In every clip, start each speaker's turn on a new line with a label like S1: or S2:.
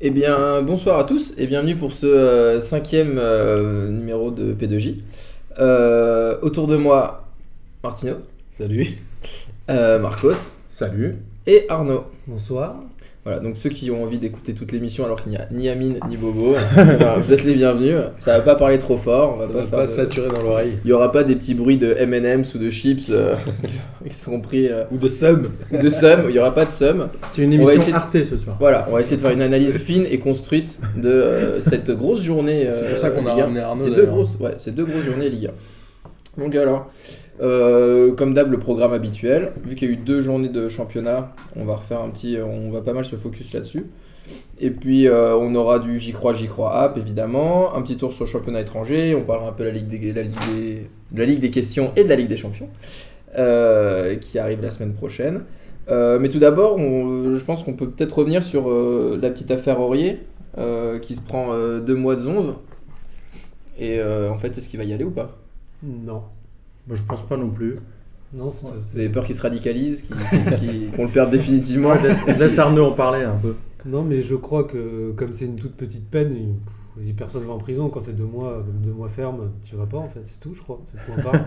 S1: Eh bien, bonsoir à tous et bienvenue pour ce euh, cinquième euh, numéro de P2J. Euh, autour de moi, Martino,
S2: Salut.
S1: euh, Marcos
S2: Salut.
S1: et Arnaud.
S2: Bonsoir.
S1: Voilà, donc ceux qui ont envie d'écouter toute l'émission alors qu'il n'y a ni Amine ni Bobo, ben, vous êtes les bienvenus. Ça va pas parler trop fort, on va
S2: Ça
S1: pas
S2: va
S1: faire
S2: pas
S1: de-
S2: saturer dans l'oreille.
S1: Il y aura pas des petits bruits de M&M's ou de chips euh, qui seront pris euh,
S2: Ou de somme.
S1: ou de somme, il y aura pas de somme.
S3: C'est une
S1: On va
S3: émission
S1: essayer-
S3: Arte ce soir.
S1: Voilà, on va essayer de faire une analyse fine et construite de euh, cette grosse journée.
S2: C'est
S1: euh,
S2: pour ça qu'on a
S1: Ligue un.
S2: ramené Arnaud.
S1: C'est deux,
S2: d'ailleurs.
S1: grosses, ouais, c'est deux grosses journées Ligue 1. Donc alors, euh, comme d'hab, le programme habituel. Vu qu'il y a eu deux journées de championnat, on va refaire un petit, euh, on va pas mal se focus là-dessus. Et puis euh, on aura du j'y crois, j'y crois app évidemment, un petit tour sur le championnat étranger, on parlera un peu de la Ligue des, la Ligue des- de la Ligue des questions et de la Ligue des champions euh, qui arrive la semaine prochaine. Euh, mais tout d'abord, on- je pense qu'on peut peut-être revenir sur euh, la petite affaire Aurier euh, qui se prend euh, deux mois de 11. Et euh, en fait, est-ce qu'il va y aller ou pas
S3: Non. Moi, je pense pas non plus. Non, c'est-
S1: Vous avez peur qu'il se radicalise, qu'il- qu'il- qu'on le perde définitivement
S3: Ouais, laisse, laisse Arnaud en parler un peu.
S4: Non, mais je crois que comme c'est une toute petite peine, il- pff, il- personne va en prison. Quand c'est deux mois, même deux mois ferme, tu vas pas en fait, c'est tout, je crois. C'est le point barre.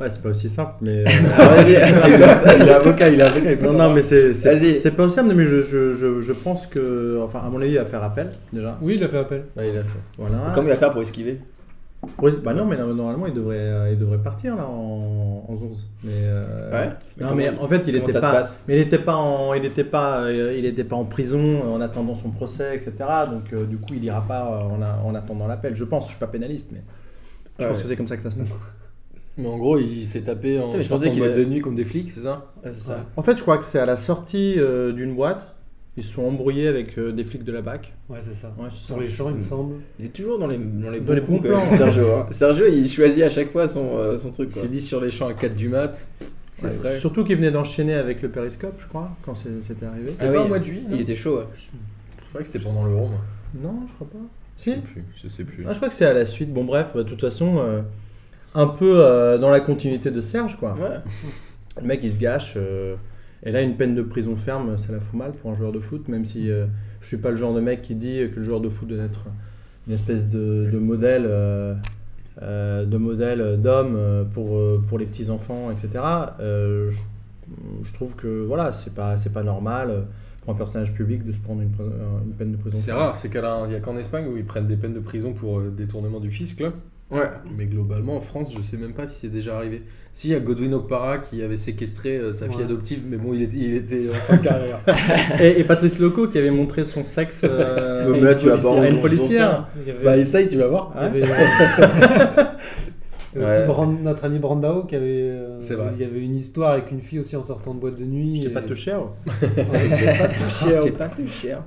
S3: Ouais, c'est pas aussi simple, mais.
S1: Ah, vas-y,
S3: euh,
S1: Marcos.
S3: il est avocat, il est avocat.
S1: il peut
S3: Non,
S1: pas
S3: non, mais c'est
S1: Vas-y.
S3: c'est- c'est pas aussi simple, mais je, je, je, je pense que. Enfin, à mon avis, il va faire appel, déjà.
S4: Oui, il a fait appel.
S2: Ouais, il a fait.
S3: Voilà.
S1: Comment il va faire pour esquiver
S3: Oui, bah non, mais normalement, il devrait, euh, il devrait partir, là, en, en 11. Mais. euh,
S1: Ouais.
S3: Non,
S1: comment
S3: mais
S1: il-
S3: en fait, il
S1: comment
S3: était
S1: ça se
S3: pas.
S1: passe
S3: Mais il n'était pas, en, il était pas, euh, il était pas en prison euh, en attendant son procès, etc. Donc euh, du coup, il ira pas euh, en, a- en attendant l'appel. Je pense, je suis pas pénaliste, mais je
S1: Ouais,
S3: pense
S1: ouais.
S3: que c'est comme ça que ça se passe.
S2: Mais en gros, il s'est tapé en,
S1: Putain, mais je
S2: sortant
S1: pensais
S2: en
S1: qu'il
S2: boîte
S1: avait-
S2: de nuit comme des flics, c'est ça
S1: Ah, c'est ça.
S3: En fait, je crois que c'est à la sortie euh, d'une boîte, ils se sont embrouillés avec euh, des flics de la BAC.
S4: Ouais, c'est ça.
S3: Ouais,
S4: Sur Hmm. les champs, il me semble.
S1: Il est toujours dans les, dans les
S3: Dans
S1: bons
S3: les
S1: coups,
S3: bons
S1: quand même,
S3: plans.
S1: Sergio. hein. Sergio, il choisit à chaque fois son, euh, son truc.
S2: Il
S1: Quoi.
S2: s'est dit sur les champs à 4 du mat. C'est
S3: Ouais,
S2: vrai.
S3: Surtout qu'ils venaient d'enchaîner avec le périscope, je crois, quand c'est- c'était arrivé.
S1: Ah
S2: C'était
S1: oui.
S2: pas au mois de
S3: hein.
S2: juillet non
S1: Il était chaud. ouais.
S2: Je crois que c'était pendant l'euro, moi.
S3: Non, je crois pas. Si.
S2: plus, je sais plus.
S3: Ah, je crois que c'est à la suite. Bon, bref, bah, de toute façon, euh, un peu euh, dans la continuité de Serge, quoi.
S1: Ouais.
S3: Le mec, il se gâche. euh, et là, une peine de prison ferme, ça la fout mal pour un joueur de foot, même si euh, je suis pas le genre de mec qui dit que le joueur de foot doit être une espèce de, de modèle. euh, euh, de modèle d'homme euh, pour, euh, pour les petits enfants, etc. Euh, je, je trouve que voilà, c'est pas, c'est pas normal euh, pour un personnage public de se prendre une, prison- euh, une peine de prison.
S2: C'est rare, c'est qu'il n'y a qu'en Espagne où ils prennent des peines de prison pour euh, détournement du fisc, là.
S1: Ouais.
S2: Mais globalement, en France, je sais même pas si c'est déjà arrivé. Si, il y a Godwin Opara qui avait séquestré euh, sa fille
S4: Ouais.
S2: adoptive, mais bon, il était, il était euh, en fin de carrière.
S3: Et, et Patrice Loco qui avait montré son sexe euh,
S1: Ouais,
S3: à
S1: mais là,
S3: une
S1: tu vas pas
S3: policière- à une
S1: en-
S3: policière.
S4: Il y avait,
S2: bah,
S4: aussi,
S2: essaye, tu vas voir.
S3: Hein
S4: il y avait- il y avait aussi
S1: Ouais.
S4: Brand- notre ami Brandao qui avait. euh,
S2: C'est vrai.
S4: Il y avait une histoire avec une fille aussi en sortant de boîte de nuit.
S3: Je t'ai
S4: et-
S3: pas touché.
S1: hein.
S3: oh.
S1: C'est pas tout cher. C'est pas tout cher.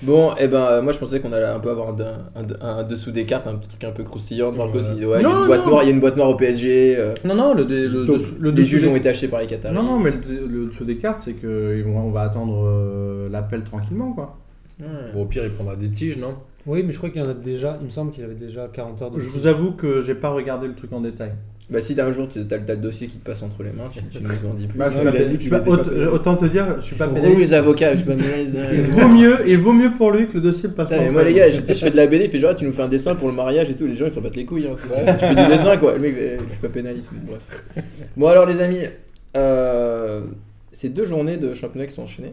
S1: Bon, et ben euh, moi je pensais qu'on allait un peu avoir un, un- un dessous des cartes, un petit truc un peu croustillant. Marcos,
S2: Ouais.
S1: il, ouais, il y a
S3: Non,
S1: une boîte
S3: non.
S1: noire, il y a une boîte noire au PSG. euh,
S3: Non, non, le, dé- le,
S1: Donc,
S3: dessous- le
S1: les
S3: dessous
S1: juges
S3: des-
S1: ont été achetés par les Qataris.
S3: Non, non, mais le, le dessous des cartes, c'est que ils vont- on va attendre euh, l'appel tranquillement, quoi.
S1: Ouais.
S2: Bon, au pire, il prendra des tiges, non
S4: Oui, mais je crois qu'il y en a déjà. Il me semble qu'il avait déjà 40 heures de.
S3: Je vous avoue que j'ai pas regardé le truc en détail.
S1: Bah si t'as un jour tu- t'as, le- t'as le dossier qui te passe entre les mains, tu, tu nous en dis plus.
S2: Bah,
S3: Je
S2: non,
S3: suis pas
S2: il
S3: pé-
S2: a
S3: je
S2: dit qu'il
S3: suis pas-
S2: était pas pénaliste.
S3: aut- Autant te dire, je suis
S1: Ils
S3: pas
S1: sont
S3: pénaliste.
S1: relous, les avocats, je suis pas pénaliste.
S3: Il vaut mieux, il vaut mieux pour lui que le dossier passe
S1: Putain,
S3: pas
S1: mais
S3: en
S1: moi les
S3: premier.
S1: gars, j'étais- je fais de la BD, il fait genre tu nous fais un dessin pour le mariage et tout, les gens ils s'en battent les couilles. Hein, c'est vrai. je fais du dessin quoi, le mec euh, je suis pas pénaliste, bon bref. Bon alors les amis, euh, ces deux journées de championnat qui sont enchaînées,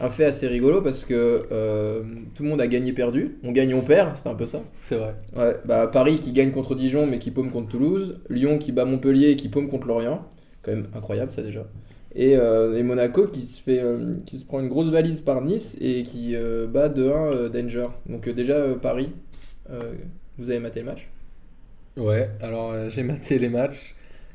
S1: un fait assez rigolo parce que euh, tout le monde a gagné perdu, on gagne on perd, c'était un peu ça.
S2: C'est vrai.
S1: Ouais, bah Paris qui gagne contre Dijon mais qui paume contre Toulouse, Lyon qui bat Montpellier et qui paume contre Lorient, quand même incroyable ça déjà. Et, euh, et Monaco qui se fait euh, qui se prend une grosse valise par Nice et qui euh, bat 2-1 euh, Danger. Donc euh, déjà euh, Paris, euh, vous avez maté le match
S2: Ouais, alors euh, j'ai maté les matchs.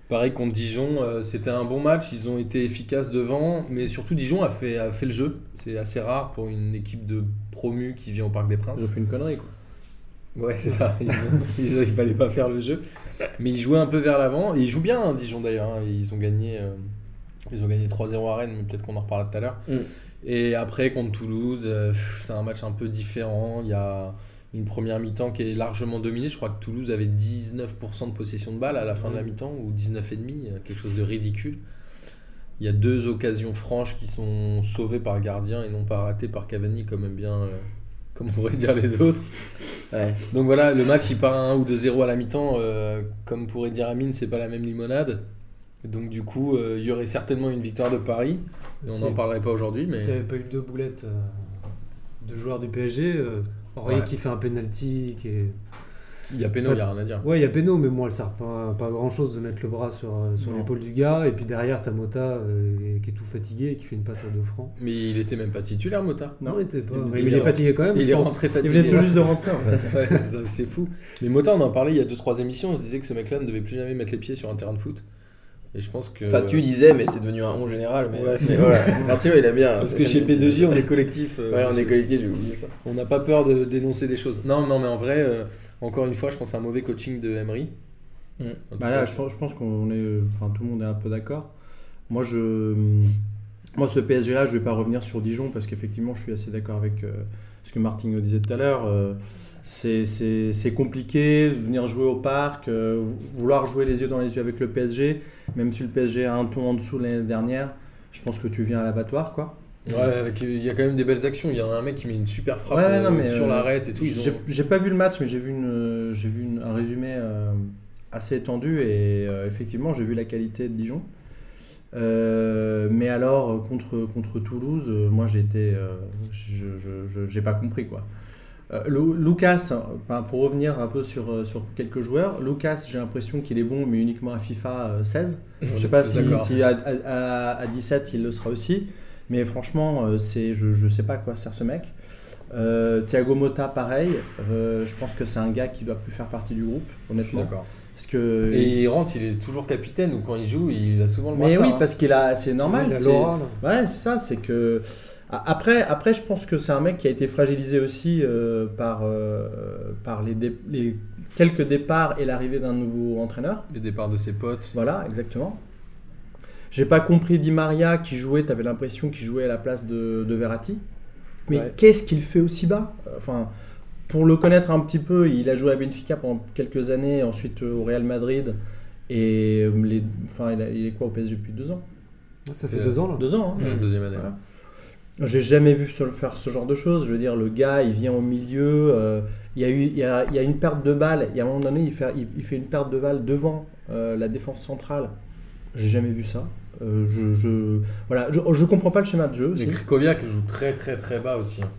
S2: Pareil contre Dijon, euh, c'était un bon match, ils ont été efficaces devant, mais surtout Dijon a fait, a fait le jeu. C'est assez rare pour une équipe de promu qui vient au Parc des Princes.
S3: Ils ont fait une connerie, quoi.
S2: Ouais, c'est ça, ils, ont- ils ont- il fallait pas faire le jeu. Mais ils jouaient un peu vers l'avant, et ils jouent bien hein, Dijon d'ailleurs, hein. ils ont gagné, euh, ils ont gagné 3-0 à Rennes, mais peut-être qu'on en reparlera tout à l'heure.
S1: Mm.
S2: Et après contre Toulouse, euh, pff, c'est un match un peu différent, il y a une première mi-temps qui est largement dominée, je crois que Toulouse avait 19% de possession de balle à la fin de la
S1: Mm.
S2: mi-temps, ou 19,5, euh, quelque chose de ridicule. Il y a deux occasions franches qui sont sauvées par le gardien et non pas ratées par Cavani, comme aime bien, euh, comme on pourrait dire les autres.
S1: Ouais.
S2: Donc voilà, le match il part à 1 ou 2-0 à la mi-temps. euh, comme pourrait dire Amine, c'est pas la même limonade. Donc du coup, euh, il y aurait certainement une victoire de Paris. Et on
S4: C'est-
S2: n'en parlerait pas aujourd'hui, mais
S4: S'il n'y avait pas eu deux boulettes euh, de joueurs du PSG, euh, Aurier
S2: Ouais.
S4: qui fait un penalty, qui est...
S2: il y a Péno, il y a rien à dire.
S4: Ouais, il y a Péno, mais moi, elle sert pas, pas grand chose de mettre le bras sur, euh, sur
S3: Non.
S4: l'épaule du gars. Et puis derrière, t'as Mota euh, qui est tout fatigué et qui fait une passe à deux francs.
S2: Mais il était même pas titulaire, Mota.
S3: Non.
S4: il était pas.
S2: Il-
S4: mais
S2: il
S4: il,
S2: est
S4: est fatigué quand même.
S2: Il
S4: je
S2: est
S4: pense.
S2: rentré
S3: Il
S2: fatigué.
S3: venait tout juste de rentrer en fait.
S2: Ouais, non, c'est fou. Mais Mota, on en parlait il y a 2-3 émissions. On se disait que ce mec-là ne devait plus jamais mettre les pieds sur un terrain de foot. Et je pense que.
S1: Enfin, tu disais, mais c'est devenu un on général. Mais,
S2: Euh, Ouais,
S1: mais
S2: c'est-
S1: voilà. Martino, il a bien. euh,
S2: Parce que chez P2J, on est collectif. euh,
S1: Ouais, on est
S2: parce-
S1: collectif, j'ai oublié ça.
S2: On n'a pas peur de dénoncer des choses. Non, non, mais en vrai, euh, encore une fois, je pense à un mauvais coaching de Emery.
S1: Mm.
S2: En tout
S3: Bah là,
S2: cas,
S3: je pense, je pense qu'on est, enfin tout le monde est un peu d'accord. Moi, je, moi, ce PSG là, je vais pas revenir sur Dijon parce qu'effectivement, je suis assez d'accord avec euh, ce que Martin disait tout à l'heure. Euh, c'est- c'est c'est compliqué de venir jouer au parc, euh, vouloir jouer les yeux dans les yeux avec le PSG, même si le PSG a un ton en dessous de l'année dernière. Je pense que tu viens à l'abattoir, quoi.
S2: Ouais, avec- il y a quand même des belles actions. Il y a un mec qui met une super frappe
S3: Ouais,
S2: euh,
S3: non, mais,
S2: sur
S3: euh,
S2: l'arête et tout. Ils ont...
S3: J'ai j'ai pas vu le match, mais j'ai vu, une, euh, j'ai vu une- un résumé euh, assez étendu et euh, effectivement, j'ai vu la qualité de Dijon. Euh, mais alors, euh, contre, contre Toulouse, euh, moi j'étais. euh, je- je- je- j'ai pas compris quoi. Euh, Lu- Lucas, enfin, pour revenir un peu sur, euh, sur quelques joueurs, Lucas, j'ai l'impression qu'il est bon, mais uniquement à FIFA euh, 16.
S2: on
S3: Je sais
S2: est
S3: pas
S2: tous
S3: si,
S2: d'accord.
S3: si à, à- à- à 17 il le sera aussi, mais franchement, euh, c'est, je, je sais pas à quoi sert ce mec. Euh, Thiago Mota, pareil, euh, je pense que c'est un gars qui doit plus faire partie du groupe,
S2: Je suis
S3: honnêtement.
S2: d'accord.
S3: Parce que.
S2: Et il rentre, il est toujours capitaine ou quand il joue, il a souvent le
S3: mais
S2: brassard.
S3: oui,
S2: hein.
S3: parce qu'il a, c'est normal.
S4: Il a
S3: c'est-
S4: Laura, là.
S3: Ouais, c'est ça, c'est que. A- Après, après, je pense que c'est un mec qui a été fragilisé aussi euh, par, euh, par les, dé- les quelques départs et l'arrivée d'un nouveau entraîneur.
S2: Les départs de ses potes.
S3: Voilà, exactement. J'ai pas compris Di Maria qui jouait, t'avais l'impression qu'il jouait à la place de, de Verratti. Mais
S2: Ouais.
S3: qu'est-ce qu'il fait aussi bas Enfin, pour le connaître un petit peu, il a joué à Benfica pendant quelques années, ensuite euh, au Real Madrid. Et euh, les, enfin, il, a- il est quoi au PSG depuis deux ans
S4: Ça
S2: C'est
S4: fait deux ans là.
S3: Deux ans, hein
S2: C'est la
S1: Mm.
S2: deuxième année.
S3: Voilà. J'ai jamais vu ce- faire ce genre de choses. Je veux dire, le gars, il vient au milieu. euh, il, y a eu, il, y a, il y a une perte de balle. Et à un moment donné, il fait, il, il fait une perte de balle devant euh, la défense centrale. J'ai jamais vu ça. Euh, je, je, voilà, je, je comprends pas le schéma de jeu.
S2: Et
S3: aussi.
S2: Krikoviak joue très très très bas aussi. hein.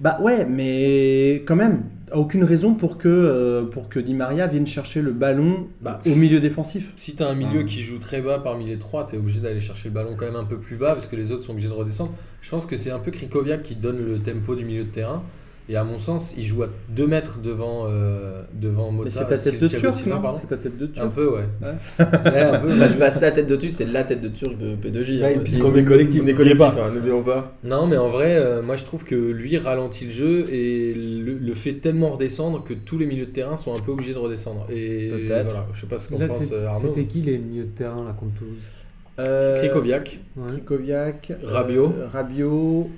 S3: Bah ouais, mais quand même, aucune raison pour que, euh, pour que Di Maria vienne chercher le ballon
S2: Bah.
S3: au milieu défensif.
S2: Si t'as un milieu
S3: Ah.
S2: qui joue très bas parmi les trois, t'es obligé d'aller chercher le ballon quand même un peu plus bas parce que les autres sont obligés de redescendre. Je pense que c'est un peu Krikoviak qui donne le tempo du milieu de terrain. Et à mon sens, il joue à 2 mètres devant, euh, devant Mota.
S3: Mais c'est ta tête
S2: c'est
S3: de
S2: Thiago
S3: turc,
S2: Silva,
S3: non
S2: pardon.
S3: C'est ta tête de turc.
S2: Un peu, ouais. Ouais, un peu.
S1: Bah, c'est pas sa tête de turc, c'est la tête de turc de P2J.
S2: Ouais,
S1: hein.
S2: puisqu'on est collectif,
S1: On est
S2: n'oubliez
S1: collectif,
S2: pas.
S1: hein, n'oublions pas.
S2: Non, mais en vrai, euh, moi je trouve que lui ralentit le jeu et le, le fait tellement redescendre que tous les milieux de terrain sont un peu obligés de redescendre. Et
S3: Peut-être.
S2: voilà, je sais pas ce qu'on
S4: Là,
S2: pense,
S4: c'est-
S2: euh, Arnaud.
S4: c'était qui les milieux de terrain là contre Toulouse
S3: Euh,
S2: Ah, Krikoviak.
S4: Ouais.
S3: Krikoviak,
S2: Rabiot.
S3: euh, Rabiot,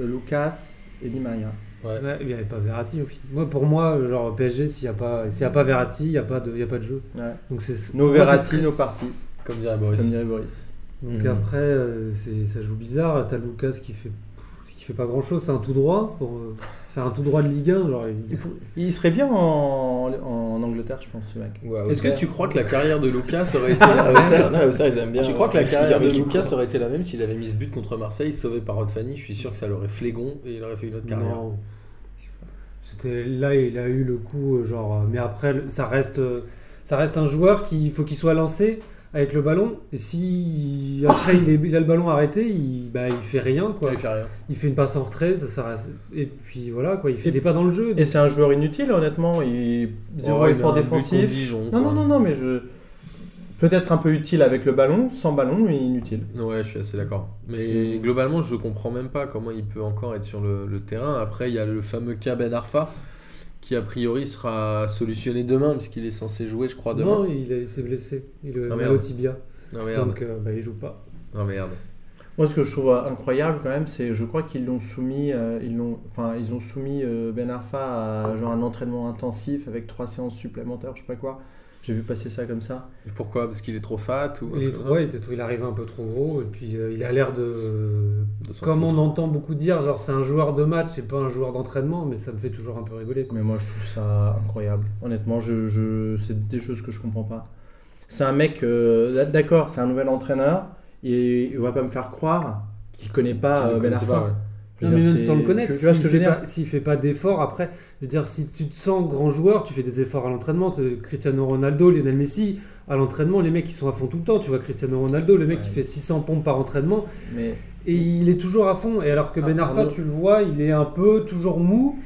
S3: euh, Lucas et Di Maria.
S2: Ouais.
S4: Ouais, il n'y avait pas Verratti aussi. Moi, pour moi, genre PSG, s'il n'y a, pas- s'il y a pas Verratti, il n'y a, pas de- il y a pas de jeu.
S3: Ouais.
S4: Donc c'est
S3: Nos
S4: pour moi, c'est
S3: Verratti,
S4: très-
S3: nos partis,
S2: Comme dirait
S3: comme
S2: Boris.
S3: dirait Boris.
S4: Donc
S2: Mhm.
S1: Hmm. Mmh.
S4: après, euh, c'est- ça joue bizarre. T'as Lucas qui fait, qui fait pas grand chose. C'est un tout droit. pour, euh, C'est un tout droit de Ligue 1. Genre, il-
S3: Il serait bien en, en Angleterre, je pense, ce mec.
S1: Ouais,
S2: Est-ce que
S1: Auxerre.
S2: tu crois que la carrière de Lucas aurait été la
S1: Ah,
S2: même
S1: Auxerre, non, Auxerre, ils aiment bien.
S2: Tu crois que la
S1: euh,
S2: carrière de
S1: avec
S2: Lucas aurait été la même s'il avait mis ce but contre Marseille, sauvé par Rod Fanny Je suis sûr que ça l'aurait flégon et il aurait fait une autre carrière.
S4: Non. C'était là, il a eu le coup, euh, genre. euh, Mais après, le- ça reste, euh, ça reste un joueur qui faut qu'il soit lancé avec le ballon. Et si après il, est- il a le ballon arrêté, il, bah, il fait rien quoi.
S2: Il fait rien.
S4: Il fait une passe en retrait, ça, ça reste- Et puis voilà quoi, il fait
S3: Et-
S4: des pas dans le jeu.
S3: Et c'est un joueur inutile, honnêtement. Il zéro
S2: Ouais, Oh, il
S3: effort
S2: a un but contre
S3: défensif.
S2: Dijon,
S3: Non,
S2: quoi.
S3: non, non, non, mais je. Peut-être un peu utile avec le ballon, sans ballon, mais inutile.
S2: Ouais, je suis assez d'accord. Mais globalement, je comprends même pas comment il peut encore être sur le, le terrain. Après, il y a le fameux cas Ben Arfa qui a priori sera solutionné demain parce qu'il est censé jouer, je crois, demain.
S4: Non, il, est- il s'est blessé. Il a
S2: Ah,
S4: mal
S2: merde.
S4: au tibia.
S2: Non merde.
S4: Donc euh, bah, il joue pas.
S2: Non merde.
S3: Moi, ce que je trouve euh, incroyable quand même, c'est je crois qu'ils l'ont soumis, euh, ils l'ont, enfin, ils ont soumis euh, Ben Arfa à genre un entraînement intensif avec trois séances supplémentaires, je sais pas quoi. J'ai vu passer ça comme ça.
S2: Et Pourquoi Parce qu'il est trop fat ou
S4: Il, est
S2: autre chose
S4: trop- ouais, il était trop- il arrivait un peu trop gros et puis euh, il a l'air de.
S2: De s'en
S4: Comme on
S2: foutre.
S4: entend beaucoup dire, genre c'est un joueur de match, c'est pas un joueur d'entraînement, mais ça me fait toujours un peu rigoler. quoi.
S3: Mais moi, je trouve ça incroyable. Honnêtement, je, je- c'est des choses que je comprends pas. C'est un mec, euh, d'accord, c'est un nouvel entraîneur. Et il va pas me faire croire qu'il connaît pas
S2: Qu'il
S3: euh,
S2: le
S3: Ben
S2: connaissait
S3: Arfa.
S2: pas, ouais.
S3: Je
S4: Non,
S3: veux
S4: mais
S3: dire,
S4: même
S3: c'est-
S4: sans le connaître,
S3: tu- tu vois ce
S4: s'il
S3: que je veux
S4: fait,
S3: dire
S4: pas- s'il fait pas d'efforts, après, je veux dire, si tu te sens grand joueur, tu fais des efforts à l'entraînement. te- Cristiano Ronaldo, Lionel Messi, à l'entraînement, les mecs, ils sont à fond tout le temps. Tu vois, Cristiano Ronaldo, le mec,
S3: Ouais.
S4: il fait 600 pompes par entraînement
S3: Mais
S4: et il est toujours à fond. Et alors que
S3: Ah,
S4: Ben Arfa,
S3: pardon.
S4: tu le vois, il est un peu toujours mou.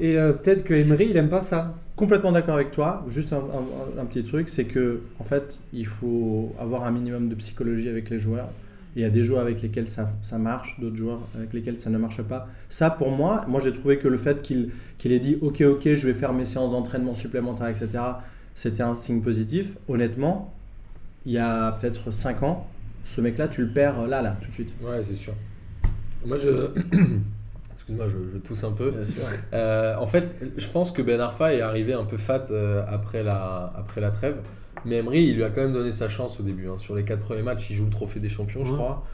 S4: Et euh, peut-être que Emery, il aime pas ça.
S3: complètement d'accord avec toi. Juste un, un- un petit truc, c'est que en fait, il faut avoir un minimum de psychologie avec les joueurs. Il y a des joueurs avec lesquels ça, ça marche, d'autres joueurs avec lesquels ça ne marche pas. Ça, pour moi, moi j'ai trouvé que le fait qu'il qu'il ait dit OK, OK, je vais faire mes séances d'entraînement supplémentaires, etc., c'était un signe positif. Honnêtement, il y a peut-être 5 ans, ce mec-là, tu le perds euh, là, là, tout de suite.
S2: Ouais, c'est sûr. Moi, je. Excuse-moi, je, je tousse un peu.
S1: Bien sûr.
S2: Euh, en fait, je pense que Ben Arfa est arrivé un peu fat euh, après, la, après la trêve. Mais Emery, il lui a quand même donné sa chance au début. hein. Sur les quatre premiers matchs, il joue le trophée des champions, je
S4: Ouais.
S2: crois.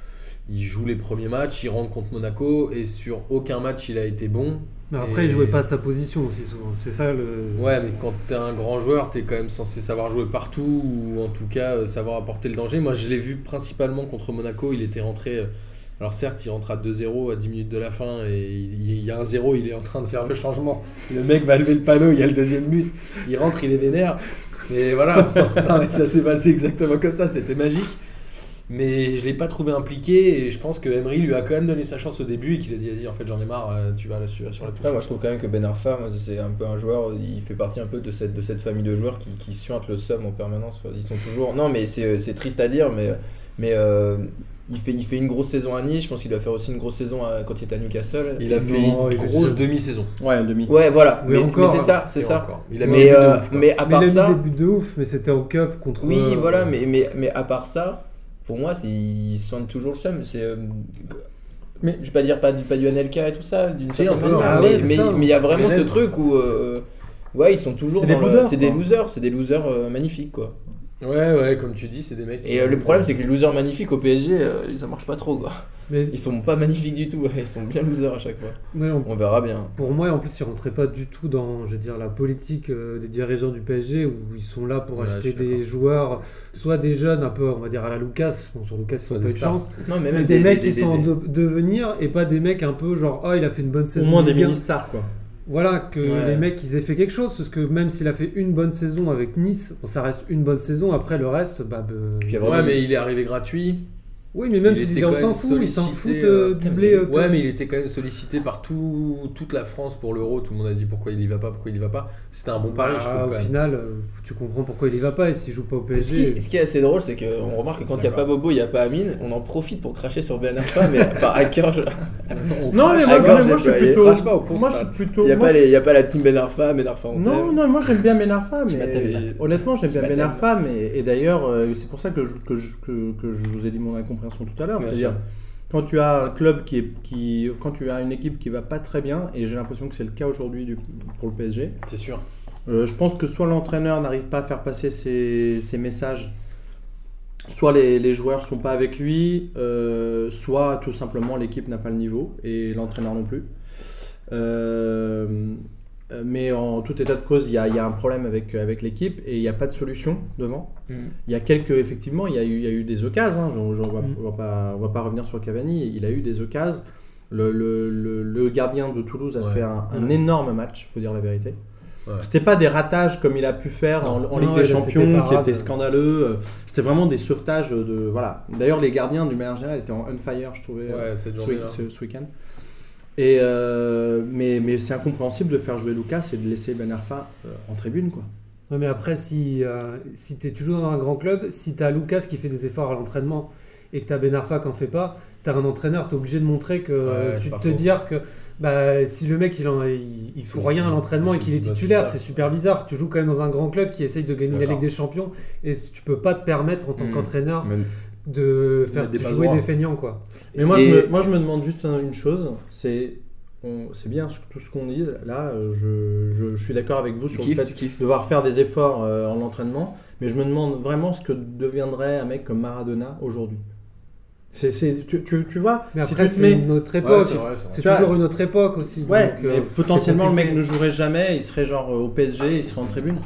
S2: Il joue les premiers matchs, il rentre contre Monaco et sur aucun match il a été bon.
S4: Mais après,
S2: Et-
S4: il jouait pas à sa position aussi souvent. C'est ça le.
S2: Ouais, mais quand t'es un grand joueur, t'es quand même censé savoir jouer partout ou en tout cas euh, savoir apporter le danger. Moi, je l'ai vu principalement contre Monaco. Il était rentré. euh, Alors, certes, il rentre à 2-0 à 10 minutes de la fin et il il- il y a un 0. Il est en train de faire le changement. Le mec va lever le panneau. Il y a le deuxième but. Il rentre, il est vénère. Mais voilà, Non, mais ça s'est passé exactement comme ça. C'était magique. Mais je l'ai pas trouvé impliqué et je pense que Emery lui a quand même donné sa chance au début et qu'il a dit vas-y en fait j'en ai marre euh, tu vas là tu vas sur la touche.
S1: Après, moi, je trouve quand même que Ben Arfa, moi, c'est un peu un joueur, il fait partie un peu de cette, de cette famille de joueurs qui, qui suintent le seum en permanence. Ils sont toujours. Non, mais c'est euh, c'est triste à dire, mais, mais euh, il, fait, il fait une grosse saison à Nice. Je pense qu'il doit faire aussi une grosse saison à- quand il était à Newcastle.
S2: Il a
S1: Mais-
S2: fait
S4: Ah, Non,
S2: une
S4: il est
S2: grosse
S4: jeune.
S2: demi-saison.
S3: Ouais, un demi.
S1: Ouais, voilà.
S4: Oui,
S1: mais
S4: encore,
S1: mais c'est ça, c'est
S2: Et
S1: ça.
S2: encore. Il a mis
S1: Mais,
S2: un but de
S1: euh,
S2: ouf, quoi.
S1: mais à
S4: Mais
S1: part
S4: il a
S1: ça.
S4: mis des buts de ouf, mais c'était au cup contre.
S1: Oui,
S4: euh,
S1: voilà, mais, mais, mais à part ça, pour moi, c'est- ils sentent toujours le seum. C'est. euh,
S3: Mais-
S1: je vais pas dire pas du, pas du NLK et tout ça, d'une
S2: Si,
S1: certaine
S2: un peu,
S1: manière,
S4: ah
S1: mais
S4: ouais,
S1: mais-
S4: c'est
S1: mais il
S4: ça.
S1: y a vraiment ce
S2: Ménès.
S1: truc où. euh, ouais, ils sont toujours
S3: C'est des
S1: dans le-
S3: losers,
S1: C'est des
S3: quoi.
S1: losers, c'est des losers euh, magnifiques, quoi.
S2: Ouais, ouais, comme tu dis, c'est des mecs. qui-
S1: Et euh, le problème, c'est que les losers magnifiques au PSG, euh, ça marche pas trop, quoi.
S4: mais-
S1: Ils sont pas magnifiques du tout, ouais, ils sont bien losers à chaque fois.
S4: mais on-
S1: On verra bien.
S4: Pour moi, en plus, ils rentraient pas du tout dans, je veux dire, la politique euh, des dirigeants du PSG où ils sont là pour
S2: Ouais, je
S4: acheter
S2: suis d'accord.
S4: des joueurs, soit des jeunes un peu, on va dire à la Lucas, bon sur Lucas ils
S2: Soit
S4: ont
S2: des
S4: pas eu de
S2: stars.
S4: chance,
S1: Non, mais
S4: mais,
S1: même
S4: des, mecs qui
S1: des-
S4: sont en
S1: des-
S4: de- devenir et pas des mecs un peu genre ah il a fait une bonne
S3: Au
S4: saison,
S3: moins
S4: de
S3: des
S4: Ligue un.
S3: mini-stars, quoi.
S4: voilà que
S1: Ouais.
S4: les mecs ils aient fait quelque chose parce que même s'il a fait une bonne saison avec Nice, bon, ça reste une bonne saison. Après le reste, bah, bah,
S1: Puis il y a vraiment-
S2: Ouais, mais il est arrivé gratuit.
S4: oui mais même
S2: il
S4: si
S2: était
S4: on
S2: quand
S4: s'en
S2: même
S4: fout, ils s'en
S2: sollicité,
S4: foutent
S2: euh,
S4: euh, du blé. euh,
S2: Ouais, mais il était quand même sollicité par tout- toute la France pour l'euro. Tout le monde a dit pourquoi il y va pas, pourquoi il y va pas. C'était un bon pari, je
S4: Ah,
S2: trouve.
S4: au
S2: quand même.
S4: final, euh, tu comprends pourquoi il y va pas et s'il joue pas au
S1: Mais Ce qui,
S4: PSG.
S1: ce qui est assez drôle, c'est qu'on remarque que quand il n'y a pas
S2: D'accord.
S1: Bobo, il n'y a pas Amine, on en profite pour cracher sur Ben Arfa, mais par à cœur. je- Ah,
S2: On
S3: Non, mais moi,
S1: D'accord,
S3: mais moi,
S1: j'ai
S3: je suis
S1: payé.
S3: plutôt.
S2: crache pas au constat.
S3: Moi, je suis plutôt.
S1: Il n'y a,
S3: moi,
S1: pas
S3: je-
S1: les- il y a pas la team Ben Arfa, Ben Arfa en
S3: Non,
S1: tête.
S3: non, moi j'aime bien Ben Arfa,
S1: Tu
S3: mais
S1: m'appelles.
S3: honnêtement j'aime
S1: Tu
S3: bien Ben
S1: m'appelles.
S3: Arfa, mais et d'ailleurs euh, c'est pour ça que je, que, je, que, que je vous ai dit mon incompréhension tout à l'heure,
S1: Bien
S3: c'est-à-dire quand tu as un club qui est qui quand tu as une équipe qui va pas très bien et j'ai l'impression que c'est le cas aujourd'hui du- pour le PSG,
S2: C'est sûr.
S3: euh, je pense que soit l'entraîneur n'arrive pas à faire passer ses, ses messages, soit les, les joueurs sont pas avec lui, euh, soit tout simplement l'équipe n'a pas le niveau et l'entraîneur non plus. Euh, euh, mais en tout état de cause, il y a, il y a un problème avec, avec l'équipe et il n'y a pas de solution devant.
S1: Mm.
S3: Il y a quelques, effectivement, il y a eu, il y a eu des occasions. hein. J'en- j'en vois-
S4: Mm.
S3: on, va pas, on va pas revenir sur Cavani. Il a eu des occasions. Le, le- le- le gardien de Toulouse a
S2: Ouais.
S3: fait un, un
S4: Ouais.
S3: énorme match, faut dire la vérité.
S2: Ouais.
S3: C'était pas des ratages comme il a pu faire en, en
S4: Non,
S3: Ligue des
S4: ouais, là, c'était
S3: Champions,
S4: pas
S3: qui
S4: grave.
S3: était scandaleux. Euh, C'était vraiment des sauvetages de voilà. D'ailleurs, les gardiens du manière générale étaient en on fire, je trouvais. euh,
S2: Ouais, cette
S3: ce-
S2: journée-là.
S4: hein.
S3: ce, ce week-end. Et euh, mais mais c'est incompréhensible de faire jouer Lucas et de laisser Ben Arfa euh, en tribune quoi.
S4: Ouais, mais après, si, euh, si tu es toujours dans un grand club, si tu as Lucas qui fait des efforts à l'entraînement et que tu as Ben Arfa qui en fait pas, tu as un entraîneur, tu es obligé de montrer que euh,
S2: Ouais,
S4: tu
S2: c'est pas
S4: te
S2: faux.
S4: dire que bah, si le mec il, en, il, il fout
S2: C'est-
S4: rien à l'entraînement
S2: c'est-
S4: et qu'il est
S2: c'est-
S4: titulaire,
S2: c'est-
S4: c'est super bizarre. Tu joues quand même dans un grand club qui essaye de gagner la
S2: D'accord. Hmm.
S4: Ligue des Champions et tu peux pas te permettre en tant
S1: Mm.
S4: qu'entraîneur
S1: Mais-
S4: de faire
S2: Mettre des
S4: jouer
S2: passes
S4: des
S2: droits.
S4: feignants quoi.
S3: Mais moi,
S1: Et-
S3: je me, moi je me demande juste un- une chose, c'est on- c'est bien ce- tout ce qu'on dit. Là, euh, je, je- je suis d'accord avec vous
S1: Tu
S3: sur le
S1: kiffes,
S3: fait
S1: tu kiffes.
S3: devoir faire des efforts euh, en entraînement, mais je me demande vraiment ce que deviendrait un mec comme Maradona aujourd'hui. C'est, c'est- tu, tu- tu vois,
S4: Mais
S3: si
S4: après,
S3: tu te
S4: c'est
S3: mets-
S4: une autre
S2: Ouais,
S4: époque.
S2: c'est vrai, c'est vrai.
S4: c'est
S3: Tu vois,
S4: toujours
S3: c'est-
S4: une autre époque aussi.
S3: ouais,
S4: donc,
S3: mais
S4: euh,
S3: potentiellement le
S4: c'est
S3: mec
S4: compliqué.
S3: ne jouerait jamais, il serait genre euh, au PSG, il serait en tribune.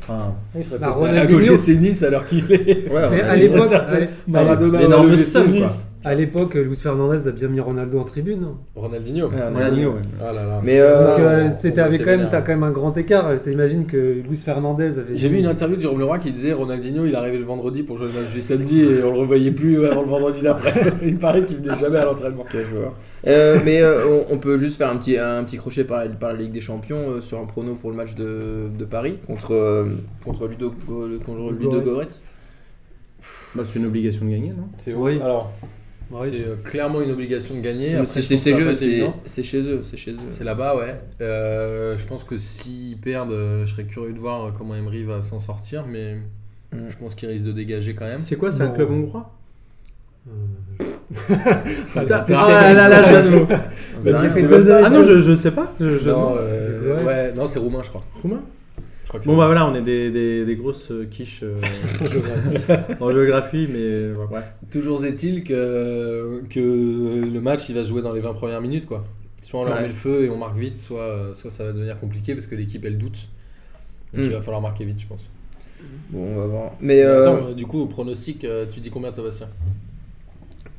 S3: Enfin,
S2: Il serait
S4: Bah,
S2: peut-être
S4: Ronaldinho.
S2: à l'OGC Nice alors qu'il
S1: Ouais,
S2: est.
S4: Mais
S1: ouais,
S4: à
S1: ouais.
S4: l'époque,
S2: ça, ça,
S4: à l'é-
S2: Maradona à
S3: l'énorme
S2: l'OGC
S3: somme, quoi.
S2: Nice.
S4: à l'époque, Luis Fernandez a bien mis Ronaldo en tribune.
S2: Euh, Ronaldinho.
S1: Ouais, on est-
S3: Ronaldinho, ouais.
S2: Ah là là.
S1: Mais,
S2: Ça,
S1: euh,
S2: ça,
S4: Donc, euh,
S2: on-
S4: t'étais-
S2: on
S4: avais
S2: était
S4: quand même,
S2: vénère.
S4: t'as quand même un grand écart. T'imagines que Luis Fernandez avait.
S2: J'ai vu une interview de Jérôme Leroy qui disait Ronaldinho il arrivait le vendredi pour jouer le match du samedi et on le revoyait plus avant le vendredi d'après. il paraît qu'il venait jamais à l'entraînement.
S1: Quel joueur. Euh, mais euh, on, on peut juste faire un petit, un petit crochet par, par la Ligue des Champions euh, sur un prono pour le match de, de Paris contre, euh, contre Ludo, contre Ludo
S4: Goretz.
S1: Goretz.
S3: bah, c'est une obligation de gagner, non
S2: C'est
S4: Oui.
S2: Alors,
S4: Ouais,
S2: c'est euh, clairement une obligation de gagner.
S1: Mais
S2: Après,
S1: C'est
S2: je
S1: c'est-
S2: pense que
S1: c'est
S2: ça va
S1: jeux,
S2: pas être
S1: c'est
S2: évident.
S1: c'est chez eux, c'est chez eux.
S2: C'est là-bas, ouais. Euh, je pense que s'ils perdent, euh, je serais curieux de voir euh, comment Emery va s'en sortir, mais
S1: Mm.
S2: je pense qu'il risque de dégager quand même.
S3: C'est quoi, c'est un
S4: Non.
S3: club hongrois
S4: euh,
S2: Ça
S4: Putain,
S2: peut-
S4: ah,
S2: c'est-
S4: là, là, là,
S2: c'est-
S1: On sait
S2: j'ai
S1: rien.
S2: fait
S1: C'est
S2: deux
S1: même
S3: Ah non, je, je ne sais pas. Je, je-
S2: Non, euh,
S4: Le Goetz.
S2: ouais, non, c'est roumain, je crois.
S3: Roumain
S2: Je crois que c'est
S3: Bon bah
S2: roumain.
S3: voilà, on est des, des, des grosses euh, quiches euh, en géographie, mais euh, ouais.
S2: Toujours est-il que, que le match il va se jouer dans les 20 premières minutes quoi. Soit on leur
S1: Ouais.
S2: met le feu et on marque vite, soit, soit ça va devenir compliqué parce que l'équipe elle doute. Donc
S1: Mm.
S2: il va falloir marquer vite, je pense.
S1: Bon, on va voir. Mais
S2: Mais
S1: euh,
S2: Attends, euh, du coup, au pronostic, euh, tu dis combien, Thomasien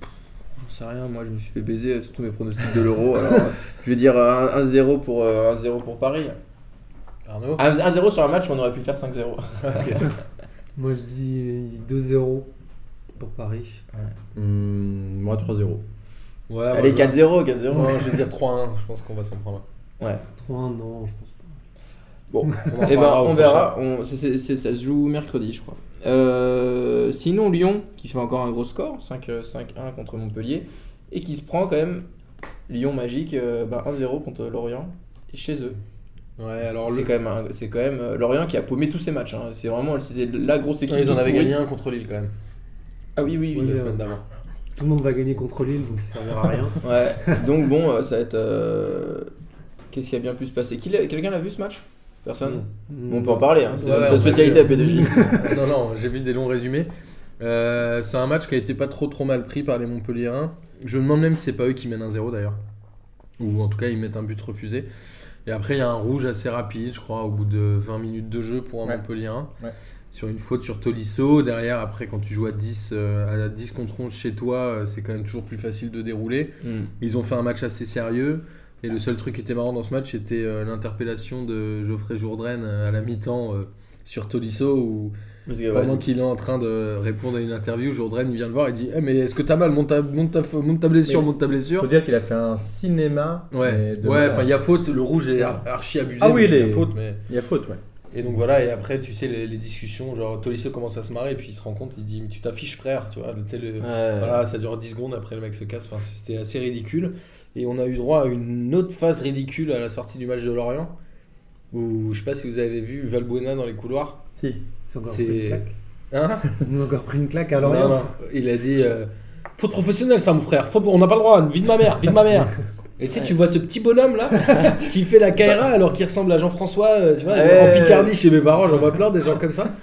S1: j'en sais rien, moi je me suis fait baiser euh, sur tous mes pronostics de l'euro. alors, euh, je vais dire euh, 1-0 pour, euh, 1-0 pour Paris.
S2: Arnaud
S1: 1-0 sur un match, on aurait pu faire 5-0.
S4: Moi, je dis 2-0 pour Paris.
S3: Hmm, moi 3-0.
S2: Ouais, Ah, moi,
S1: Allez,
S2: je-
S1: 4-0, 4-0.
S2: Non, Oh, je vais dire 3-1, je pense qu'on va s'en prendre.
S4: 3-1, non, je pense pas.
S2: un.
S1: Eh ben,
S2: reparlera au
S1: on
S2: prochain.
S1: verra. On- c'est- c'est- c'est- ça se joue mercredi, je crois. Euh, sinon, Lyon, qui fait encore un gros score, 5-1 contre Montpellier, et qui se prend quand même Lyon magique, euh, ben, 1-0 contre Lorient, et chez eux.
S2: Ouais, alors le...
S1: C'est quand même, un- c'est quand même euh, Lorient qui a paumé tous ses matchs. hein. C'est vraiment c'était la grosse équipe.
S2: Ouais, ils en
S1: de
S2: avaient
S1: pourri.
S2: gagné un contre Lille quand même,
S1: Ah oui, oui, oui.
S4: Oui,
S2: la
S4: euh,
S2: semaine d'avant.
S4: Tout le monde va gagner contre Lille, donc ça ne servira à rien.
S1: Ouais. Donc bon, euh, ça va être. euh, Qu'est-ce qui a bien pu se passer Qui l'a- Quelqu'un l'a vu ce match Personne Bon, On peut en parler, hein. c'est
S2: Ouais,
S1: sa
S2: on
S1: spécialité à
S2: peut
S1: P2J.
S2: non, non, j'ai vu des longs résumés. Euh, c'est un match qui a été pas trop trop mal pris par les Montpelliérains. Je me demande même si c'est pas eux qui mènent un 0 d'ailleurs. Ou en tout cas, ils mettent un but refusé. Et après, il y a un rouge assez rapide, je crois, au bout de 20 minutes de jeu pour un
S3: Ouais.
S2: Montpelliérain.
S3: Ouais.
S2: Sur une faute sur Tolisso. Derrière, après, quand tu joues à 10, euh, à la 10 contre 11 chez toi, euh, c'est quand même toujours plus facile de dérouler.
S1: Hmm.
S2: Ils ont fait un match assez sérieux. Et le seul truc qui était marrant dans ce match, c'était euh, l'interpellation de Geoffrey Jourdain euh, à la mi-temps euh, sur Tolisso, où
S1: Parce que,
S2: pendant
S1: ouais,
S2: qu'il est en train de répondre à une interview, Jourdain vient le voir et dit Eh, Mais est-ce que t'as mal Monte ta, monte ta, monte ta blessure,
S3: Mais-
S2: monte ta blessure.
S3: Faut dire qu'il a fait un cinéma. mais
S2: Ouais,
S3: de
S2: ouais,
S3: malade.
S2: enfin il y a faute, euh, le rouge est ar- archi abusé,
S3: Ah oui,
S2: mais c'est
S3: les-
S2: sa faute, mais...
S3: il y a faute, ouais.
S2: Et donc voilà, et après tu sais les, les discussions, genre Tolisso commence à se marrer, et puis il se rend compte, il dit mais tu t'affiches frère, tu vois, tu sais, le,
S1: ouais.
S2: Voilà, ça dure 10 secondes, après le mec se casse, enfin, c'était assez ridicule. Et on a eu droit à une autre phase ridicule à la sortie du match de Lorient, où je sais pas si vous avez vu Valbuena dans les couloirs.
S3: Si.
S4: Ils ont encore
S2: C'est-
S4: pris une claque.
S2: Hein
S4: Ils nous ont encore pris une claque à
S2: Non,
S4: Lorient.
S2: non. Il a dit euh, Faute professionnelle, ça mon frère, Faute- on n'a pas le droit, vie de ma mère, vie de ma mère. Et tu sais, tu vois ce petit bonhomme là qui fait la Kaira alors qu'il ressemble à Jean-François, euh, tu vois,
S1: Ouais.
S2: en Picardie chez mes parents, j'en vois plein des gens comme ça.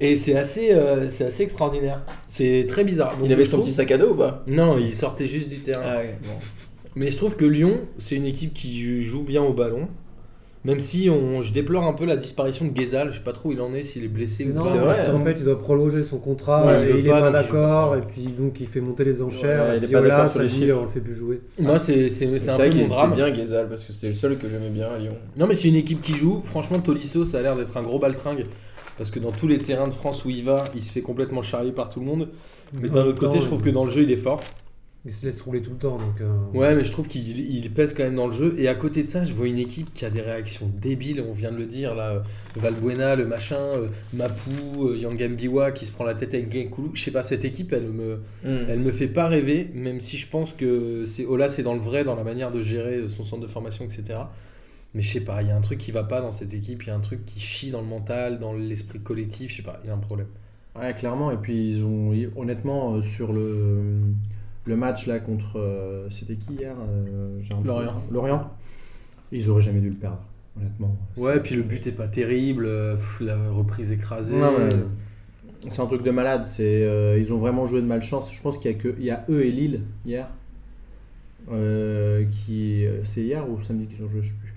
S2: Et c'est assez, euh, c'est assez extraordinaire, c'est très bizarre. Donc,
S1: Il avait
S2: je
S1: son
S2: trouve-
S1: petit sac à dos ou pas
S2: Non, il sortait juste du terrain.
S1: Ah ouais, bon.
S2: Mais je trouve que Lyon, c'est une équipe qui joue bien au ballon. Même si on, je déplore un peu la disparition de Guézal, je sais pas trop où il en est, s'il est blessé ou
S4: Non,
S2: pas.
S1: C'est vrai,
S4: parce qu'en
S1: hein.
S4: fait, il doit prolonger son contrat,
S2: Ouais, il
S4: et
S2: veut
S4: il est
S2: pas,
S4: pas,
S2: donc il joue
S4: d'accord,
S2: pas.
S4: et puis donc il fait monter les enchères,
S3: Ouais,
S4: et
S3: il est
S4: puis oh
S3: pas
S4: là,
S3: d'accord sur
S4: ça
S3: les
S4: dit,
S3: chiffres.
S4: on le fait plus jouer.
S2: Moi, c'est c'est-
S1: C'est
S2: c'est un
S1: vrai
S2: peu
S1: qu'il
S2: mon
S1: était
S2: drame.
S1: bien Guézal parce que c'était le seul que j'aimais bien à Lyon.
S2: Non, mais c'est une équipe qui joue. Franchement, Tolisso, ça a l'air d'être un gros baltringue. Parce que dans tous les terrains de France où il va, il se fait complètement charrier par tout le monde. Mais d'un autre côté, je trouve que dans le jeu, il est fort.
S4: Il se laisse rouler tout le temps, donc... euh,
S2: Ouais, mais je trouve qu'il il pèse quand même dans le jeu. Et à côté de ça, je vois une équipe qui a des réactions débiles. On vient de le dire, là, euh, Valbuena, le machin, euh, Mapou, euh, Yangambiwa qui se prend la tête avec Genkoulou. Je sais pas, cette équipe, elle me, elle me fait pas rêver, même si je pense que c'est Ola, c'est dans le vrai, dans la manière de gérer euh, son centre de formation, etc. Mais je sais pas, il y a un truc qui va pas dans cette équipe, il y a un truc qui chie dans le mental, dans l'esprit collectif, je sais pas, il y a un problème.
S3: Ouais, clairement. Et puis ils ont ils- honnêtement euh, sur le le match là contre euh, c'était qui hier euh, j'ai un peu-
S2: Lorient.
S3: Lorient. Ils auraient jamais dû le perdre, honnêtement.
S2: Ouais, puis le but est pas terrible, euh, pff, la reprise écrasée.
S3: Non, mais C'est un truc de malade. C'est euh, ils ont vraiment joué de malchance. Je pense qu'il y a que il y a eux et Lille hier. Euh, qui c'est hier ou samedi qu'ils ont joué, je sais plus.